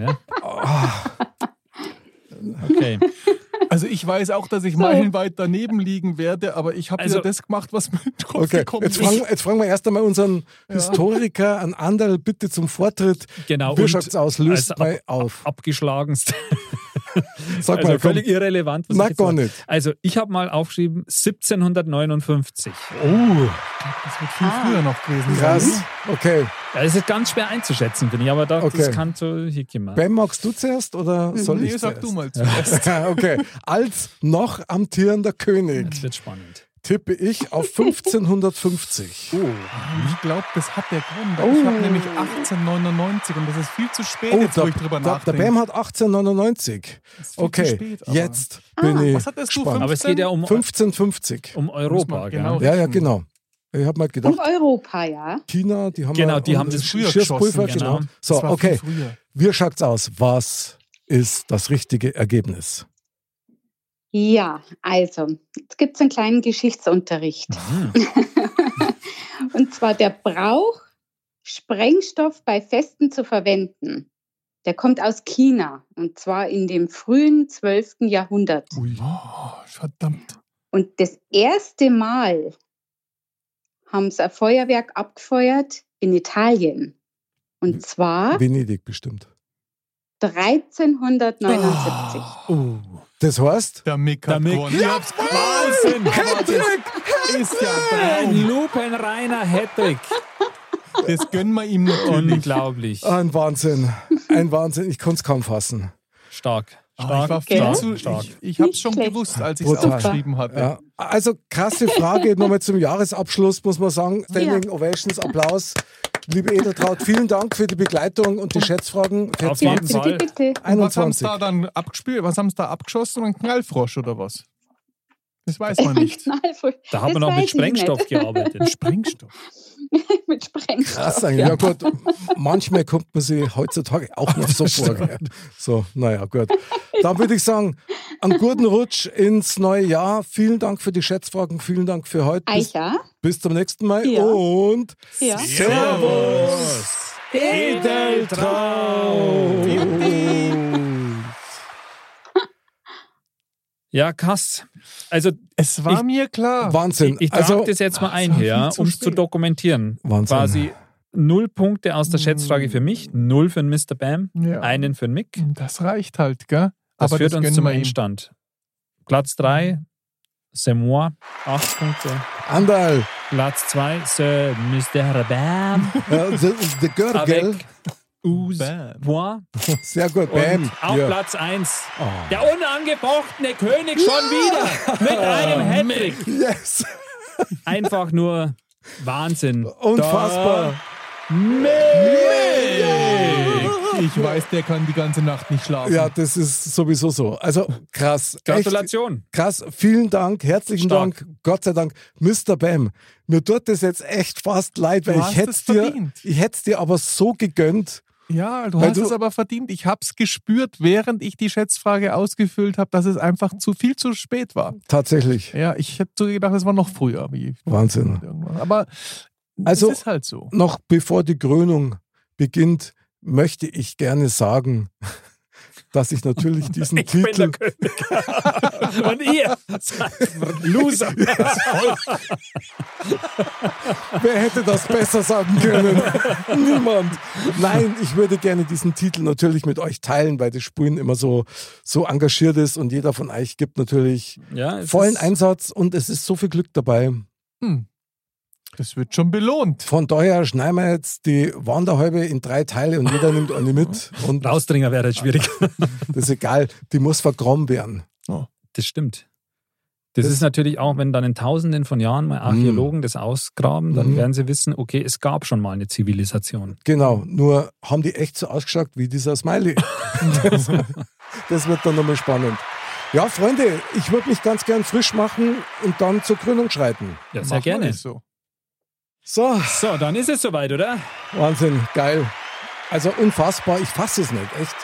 Speaker 1: [laughs]
Speaker 3: ja.
Speaker 1: Oh.
Speaker 3: Okay.
Speaker 2: Also ich weiß auch, dass ich meilenweit daneben liegen werde, aber ich habe
Speaker 3: Also-
Speaker 2: wieder das gemacht, was mir in den Kopf
Speaker 1: Okay,
Speaker 2: gekommen
Speaker 1: jetzt
Speaker 2: ist.
Speaker 1: fragen, jetzt fragen wir erst einmal unseren Historiker, an Anderl, bitte zum Vortritt.
Speaker 3: Genau,
Speaker 1: Wie
Speaker 3: und-
Speaker 1: schaut's aus? Löst
Speaker 3: also ab-
Speaker 1: mal auf. [laughs]
Speaker 3: Abgeschlagenst.
Speaker 1: Sag
Speaker 3: Also
Speaker 1: mal, komm.
Speaker 3: völlig irrelevant. was
Speaker 1: Na,
Speaker 3: ich jetzt
Speaker 1: gar
Speaker 3: sage.
Speaker 1: nicht.
Speaker 3: Also, ich habe mal aufgeschrieben 1759.
Speaker 1: Oh,
Speaker 2: Das wird
Speaker 5: Ah.
Speaker 2: viel früher noch gewesen
Speaker 1: krass.
Speaker 2: sein. Hm?
Speaker 3: Mhm.
Speaker 1: Okay.
Speaker 3: Ja, Das ist ganz schwer einzuschätzen, finde ich, aber da,
Speaker 1: Okay.
Speaker 3: das kann so hier gemacht.
Speaker 1: Ben, magst du zuerst oder soll ich
Speaker 2: Nee, sag
Speaker 1: zuerst? [laughs]
Speaker 2: du mal zuerst.
Speaker 1: okay. Als noch amtierender
Speaker 3: Das
Speaker 1: König
Speaker 3: wird spannend.
Speaker 1: tippe ich auf 1550.
Speaker 2: Ich glaube, das hat der Grund. weil Ich habe nämlich 1899 und das ist viel zu spät,
Speaker 1: Oh,
Speaker 2: jetzt,
Speaker 1: der,
Speaker 2: wo ich drüber
Speaker 1: der, der
Speaker 2: nachdenke.
Speaker 1: Bam hat 1899.
Speaker 2: Das ist viel zu
Speaker 1: Okay,
Speaker 2: spät, aber- Ah,
Speaker 1: jetzt bin ich
Speaker 2: Was hattest du?
Speaker 1: gespannt.
Speaker 3: Aber es geht ja um,
Speaker 1: 1550.
Speaker 3: um Europa,
Speaker 2: Muss man genau-
Speaker 3: genau.
Speaker 1: Ja, ja, genau. Ich habe mal
Speaker 5: Um
Speaker 1: gedacht,
Speaker 5: Europa, ja.
Speaker 1: China, die haben
Speaker 3: Genau,
Speaker 1: ja-
Speaker 3: die haben
Speaker 1: und
Speaker 3: das
Speaker 2: früher
Speaker 1: Schießpulver,
Speaker 2: geschossen,
Speaker 1: genau.
Speaker 3: genau.
Speaker 1: So,
Speaker 2: Das war viel
Speaker 1: okay.
Speaker 2: früher.
Speaker 1: Wie schaut's aus? Was ist das richtige Ergebnis?
Speaker 5: Ja, also, jetzt gibt es einen kleinen Geschichtsunterricht.
Speaker 3: Hm.
Speaker 5: [laughs] Und zwar der Brauch, Sprengstoff bei Festen zu verwenden. Der kommt aus China und zwar in dem frühen 12. Jahrhundert.
Speaker 2: Ui. Oh, verdammt.
Speaker 5: Und das erste Mal haben sie ein Feuerwerk abgefeuert in Italien.
Speaker 3: Hm.
Speaker 5: Und zwar
Speaker 1: Venedig bestimmt.
Speaker 5: 1379.
Speaker 3: Oh.
Speaker 1: Das heißt,
Speaker 2: Der Mick
Speaker 3: Der
Speaker 2: hat
Speaker 3: Mick.
Speaker 2: gewonnen. Ich hab's
Speaker 3: Wahnsinn!
Speaker 2: gewusst. Ist ja
Speaker 3: Ein
Speaker 2: Traum.
Speaker 3: lupenreiner Hattrick.
Speaker 2: Das gönnen wir ihm natürlich.
Speaker 3: Unglaublich.
Speaker 1: ein Wahnsinn. Ein Wahnsinn. Ich konnte es kaum fassen.
Speaker 3: Stark.
Speaker 2: Ah,
Speaker 3: Stark,
Speaker 2: ich war viel
Speaker 3: stark,
Speaker 2: zu,
Speaker 3: stark.
Speaker 2: ich, ich hab's
Speaker 5: Nicht
Speaker 2: schon
Speaker 5: schlecht.
Speaker 2: gewusst, als ich es
Speaker 1: Brutal.
Speaker 2: aufgeschrieben hatte.
Speaker 1: Ja. Also krasse Frage, nochmal zum Jahresabschluss muss man sagen. Standing
Speaker 5: Ja.
Speaker 1: Ovations, Applaus. Liebe Edeltraut, vielen Dank für die Begleitung und die Schätzfragen. für
Speaker 3: Auf jeden
Speaker 1: 20,
Speaker 3: Fall.
Speaker 5: Bitte, bitte.
Speaker 2: Und Was haben's
Speaker 1: 21.
Speaker 2: da dann abgespielt? Was haben's da abgeschossen? Ein Knallfrosch oder was? Das weiß man
Speaker 5: [laughs]
Speaker 2: nicht.
Speaker 5: Knallvoll.
Speaker 3: Da hat
Speaker 5: Das
Speaker 3: man noch
Speaker 5: weiß
Speaker 3: mit
Speaker 5: ich nicht.
Speaker 3: Sprengstoff gearbeitet.
Speaker 5: [laughs]
Speaker 2: Sprengstoff.
Speaker 5: mit Sprengstoff.
Speaker 1: Krass eigentlich. Ja gut, manchmal kommt man sie heutzutage auch noch so vor. gell. So, naja, gut. Dann würde ich sagen, einen guten Rutsch ins neue Jahr. Vielen Dank für die Schätzfragen, vielen Dank für heute. Bis,
Speaker 5: Eicher?
Speaker 1: bis zum nächsten Mal
Speaker 5: Ja.
Speaker 1: und
Speaker 5: Ja.
Speaker 1: Servus!
Speaker 2: Oh.
Speaker 1: Edeltraut!
Speaker 2: Juppie.
Speaker 3: Ja, krass. Also
Speaker 2: Es war
Speaker 3: Ich-
Speaker 2: mir klar.
Speaker 1: Wahnsinn.
Speaker 3: ich trage
Speaker 1: also,
Speaker 3: das jetzt mal ein
Speaker 2: es war
Speaker 3: hier,
Speaker 2: ah, viel zu
Speaker 3: um es
Speaker 2: spät.
Speaker 3: zu dokumentieren.
Speaker 1: Wahnsinn.
Speaker 3: Quasi null Punkte aus der Schätzfrage für mich, null für den Mr. Bam,
Speaker 2: Hm. Ja.
Speaker 3: einen für den Mick.
Speaker 2: Das reicht halt, gell?
Speaker 3: Das
Speaker 2: Aber
Speaker 3: führt
Speaker 2: das
Speaker 3: uns
Speaker 2: gönnen
Speaker 3: zum
Speaker 2: wir ihm.
Speaker 3: Endstand. Platz 3, C'est moi, 8 Punkte.
Speaker 1: Andal,
Speaker 3: Platz 2, C'est Mr. Bam,
Speaker 1: äh, the, the Girl, gell?
Speaker 3: avec 12
Speaker 2: Bam.
Speaker 3: points.
Speaker 1: Sehr gut, bam.
Speaker 3: Und auf
Speaker 1: Ja.
Speaker 3: Platz 1, der unangefochtene König schon wieder [laughs] mit einem Hattrick.
Speaker 1: Yes,
Speaker 3: Einfach nur Wahnsinn.
Speaker 1: unfassbar.
Speaker 2: Ich weiß, der kann die ganze Nacht nicht schlafen.
Speaker 1: Ja, das ist sowieso so. Also krass. Echt
Speaker 3: Gratulation.
Speaker 1: krass. Vielen Dank. Herzlichen
Speaker 3: Stark.
Speaker 1: Dank. Gott sei Dank. Mr. Bam, mir tut das jetzt echt fast leid, weil
Speaker 2: Du
Speaker 1: ich
Speaker 2: hast
Speaker 1: hätte
Speaker 2: es
Speaker 1: dir,
Speaker 2: verdient.
Speaker 1: ich hätte dir aber so gegönnt.
Speaker 2: Ja, du
Speaker 1: Weil
Speaker 2: hast
Speaker 1: du-
Speaker 2: es aber verdient. Ich hab's gespürt, während ich die Schätzfrage ausgefüllt habe, dass es einfach zu viel zu spät war.
Speaker 1: Tatsächlich.
Speaker 2: Ja, ich hätte so gedacht, es war noch früher. Wie
Speaker 1: Wahnsinn.
Speaker 2: irgendwann. Aber
Speaker 1: Also-
Speaker 2: es ist halt so.
Speaker 1: Noch bevor die Krönung beginnt, möchte ich gerne sagen, [laughs] dass ich natürlich diesen
Speaker 3: Ich bin
Speaker 1: Titel
Speaker 3: der [laughs] König. Und ihr seid Loser.
Speaker 1: Wer hätte das besser sagen
Speaker 3: [laughs]
Speaker 1: können? Niemand. Nein, ich würde gerne diesen Titel natürlich mit euch teilen, weil das Spulen immer so, so engagiert ist und jeder von euch gibt natürlich
Speaker 3: Ja, es
Speaker 1: vollen
Speaker 3: ist-
Speaker 1: Einsatz und es ist so viel Glück dabei.
Speaker 2: Hm. Das wird schon belohnt.
Speaker 1: Von daher schneiden wir jetzt die Wanderhäube in drei Teile und jeder nimmt eine mit und das
Speaker 3: Rausdringer wäre jetzt schwierig.
Speaker 1: ist egal, die muss vergraben werden.
Speaker 3: Das stimmt. Das, Mm. ist natürlich auch, wenn dann in tausenden von Jahren mal Archäologen das ausgraben, dann
Speaker 1: Mhm.
Speaker 3: werden sie wissen, okay, es gab schon mal eine Zivilisation.
Speaker 1: Genau, nur haben die echt so ausgeschaut wie dieser Smiley.
Speaker 3: [laughs]
Speaker 1: das, das wird dann nochmal spannend. Ja, Freunde, ich würde mich ganz gern frisch machen und dann zur Krönung schreiten.
Speaker 3: Ja,
Speaker 2: Machen
Speaker 3: sehr
Speaker 2: wir
Speaker 3: gerne.
Speaker 2: das So.
Speaker 1: So,
Speaker 3: So, dann ist es soweit, oder?
Speaker 1: Wahnsinn, geil. Also unfassbar, ich fasse es nicht, echt.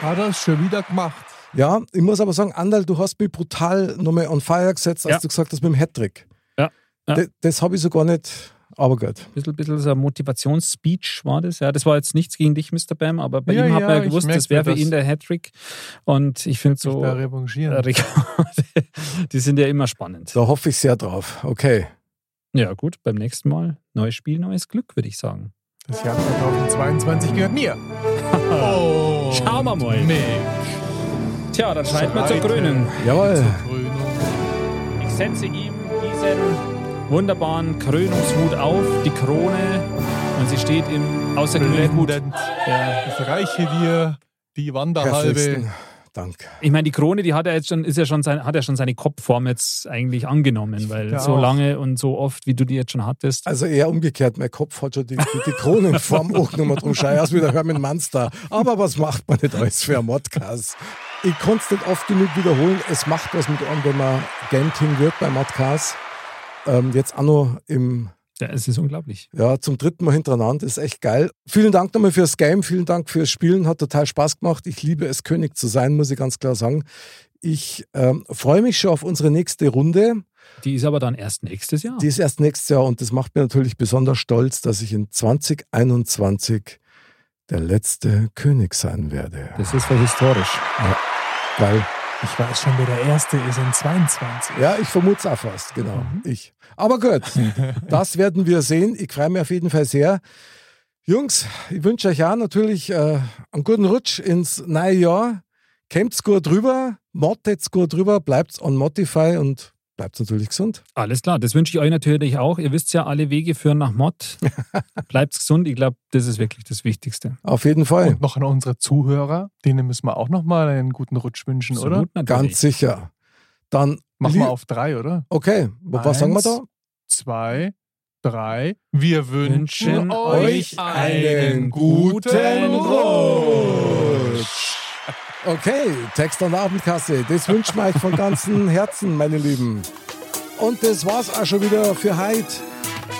Speaker 2: Hat er es schon wieder gemacht.
Speaker 1: Ja, ich muss aber sagen, Andal, du hast mich brutal nochmal on fire gesetzt, als
Speaker 3: Ja.
Speaker 1: du gesagt hast mit dem Hattrick.
Speaker 3: Ja, ja.
Speaker 1: D- Das habe ich so gar nicht, aber gut.
Speaker 3: Ein bisschen, bisschen so ein Motivationsspeech war das. Ja, das war jetzt nichts gegen dich, Mr. Bam, aber bei
Speaker 2: Ja,
Speaker 3: ihm hat
Speaker 2: ja,
Speaker 3: man ja
Speaker 2: ich
Speaker 3: gewusst,
Speaker 2: merk
Speaker 3: das wäre
Speaker 2: mir
Speaker 3: für
Speaker 2: das.
Speaker 3: ihn der Hattrick. Und ich finde so,
Speaker 2: Da revanchieren.
Speaker 3: äh, Rekorde, [laughs] die sind ja immer spannend.
Speaker 1: Da hoffe ich sehr drauf. Okay.
Speaker 3: Ja, gut, beim nächsten Mal neues Spiel, neues Glück, würde ich sagen.
Speaker 2: Das Jahr 2022 gehört mir. [laughs] oh.
Speaker 3: Schauen wir mal. Tja, dann schreiten wir zur
Speaker 2: Schreiten.
Speaker 3: Grünen.
Speaker 1: Jawohl.
Speaker 3: Ich setze ihm diesen wunderbaren Krönungshut auf, die Krone, und sie steht im außergewöhnlichen Hut.
Speaker 2: Blendend.
Speaker 3: Ja.
Speaker 2: Ich reiche dir die Wanderhalbe.
Speaker 1: Herzlichsten Dank.
Speaker 3: Ich meine, die Krone, die hat er jetzt schon, ist ja schon sein, hat er schon seine Kopfform jetzt eigentlich angenommen, weil
Speaker 2: Ja,
Speaker 3: so
Speaker 2: auch.
Speaker 3: lange und so oft, wie du die jetzt schon hattest.
Speaker 1: Also eher umgekehrt, mein Kopf hat schon die, die, die Kronenform angenommen, drum schei ich aus wie der Hermann Manster. Aber was macht man nicht alles für einen Modcast? Ich konnte es nicht oft genug wiederholen, es macht was mit einem, wenn man Game-Team wird bei Modcast. Ähm, jetzt auch noch im,
Speaker 3: Ja, es ist unglaublich.
Speaker 1: ja, zum dritten Mal hintereinander, ist echt geil. Vielen Dank nochmal fürs Game, vielen Dank fürs Spielen, hat total Spaß gemacht. Ich liebe es, König zu sein, muss ich ganz klar sagen. Ich ähm, freue mich schon auf unsere nächste Runde.
Speaker 3: Die ist aber dann erst nächstes Jahr.
Speaker 1: Die ist erst nächstes Jahr und das macht mir natürlich besonders stolz, dass ich in 2021 der letzte König sein werde.
Speaker 3: das ist ja historisch.
Speaker 1: Geil.
Speaker 2: Ich weiß schon, wer der Erste ist in 22.
Speaker 1: Ja, ich vermute es auch fast, genau. Ich. Aber gut,
Speaker 2: [laughs]
Speaker 1: das werden wir sehen. Ich freue mich auf jeden Fall sehr. Jungs, ich wünsche euch ja natürlich äh, einen guten Rutsch ins neue Jahr. Kämmt's gut drüber, mottet's gut drüber, bleibt's on Motify und bleibt's natürlich gesund.
Speaker 3: Alles klar, das wünsche ich euch natürlich auch. Ihr wisst ja, alle Wege führen nach Mod.
Speaker 2: [laughs]
Speaker 3: Bleibt gesund, ich glaube, das ist wirklich das Wichtigste.
Speaker 1: Auf jeden Fall.
Speaker 2: Und noch an unsere Zuhörer, denen müssen wir auch nochmal einen guten Rutsch wünschen, oder?
Speaker 3: Absolut natürlich.
Speaker 1: Ganz sicher. Dann
Speaker 2: Machen
Speaker 1: lie-
Speaker 2: wir auf drei, oder?
Speaker 1: Okay, was sagen wir
Speaker 2: Eins.
Speaker 1: da?
Speaker 2: Zwei, drei. Wir wünschen,
Speaker 3: Wünschen
Speaker 2: euch
Speaker 3: euch
Speaker 2: einen
Speaker 3: einen
Speaker 2: guten
Speaker 3: guten
Speaker 2: Rutsch.
Speaker 1: Okay, Text an der Abendkasse. Das wünscht mir euch von ganzem Herzen, meine Lieben. Und das war's auch schon wieder für heute.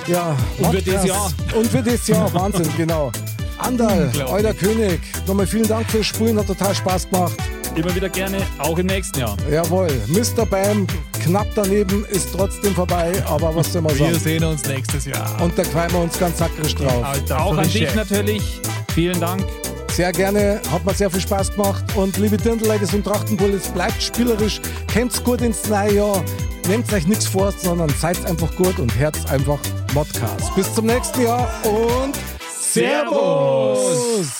Speaker 1: Ja,
Speaker 3: Und für
Speaker 1: Podcast.
Speaker 3: das Jahr.
Speaker 1: Und für das Jahr, Wahnsinn, genau. Andal,
Speaker 2: Unglaublich.
Speaker 1: euer König, nochmal vielen Dank fürs Spulen, hat total Spaß gemacht.
Speaker 3: Immer wieder gerne, auch im nächsten Jahr.
Speaker 1: Jawohl, Mr. Bam, knapp daneben, ist trotzdem vorbei, aber was soll man
Speaker 2: Wir
Speaker 1: sagen?
Speaker 2: sehen uns nächstes Jahr.
Speaker 1: Und da quälen wir uns ganz sackrisch drauf.
Speaker 2: Alter,
Speaker 3: Auch an
Speaker 2: frische.
Speaker 3: dich natürlich. Vielen Dank.
Speaker 1: Sehr gerne, hat mir sehr viel Spaß gemacht. Und liebe Dirndl-Ladies und Trachtenbullis, bleibt spielerisch, kommt's gut ins neue Jahr, nehmt euch nichts vor, sondern seid einfach gut und hört einfach Modcast. Bis zum nächsten Jahr und Servus!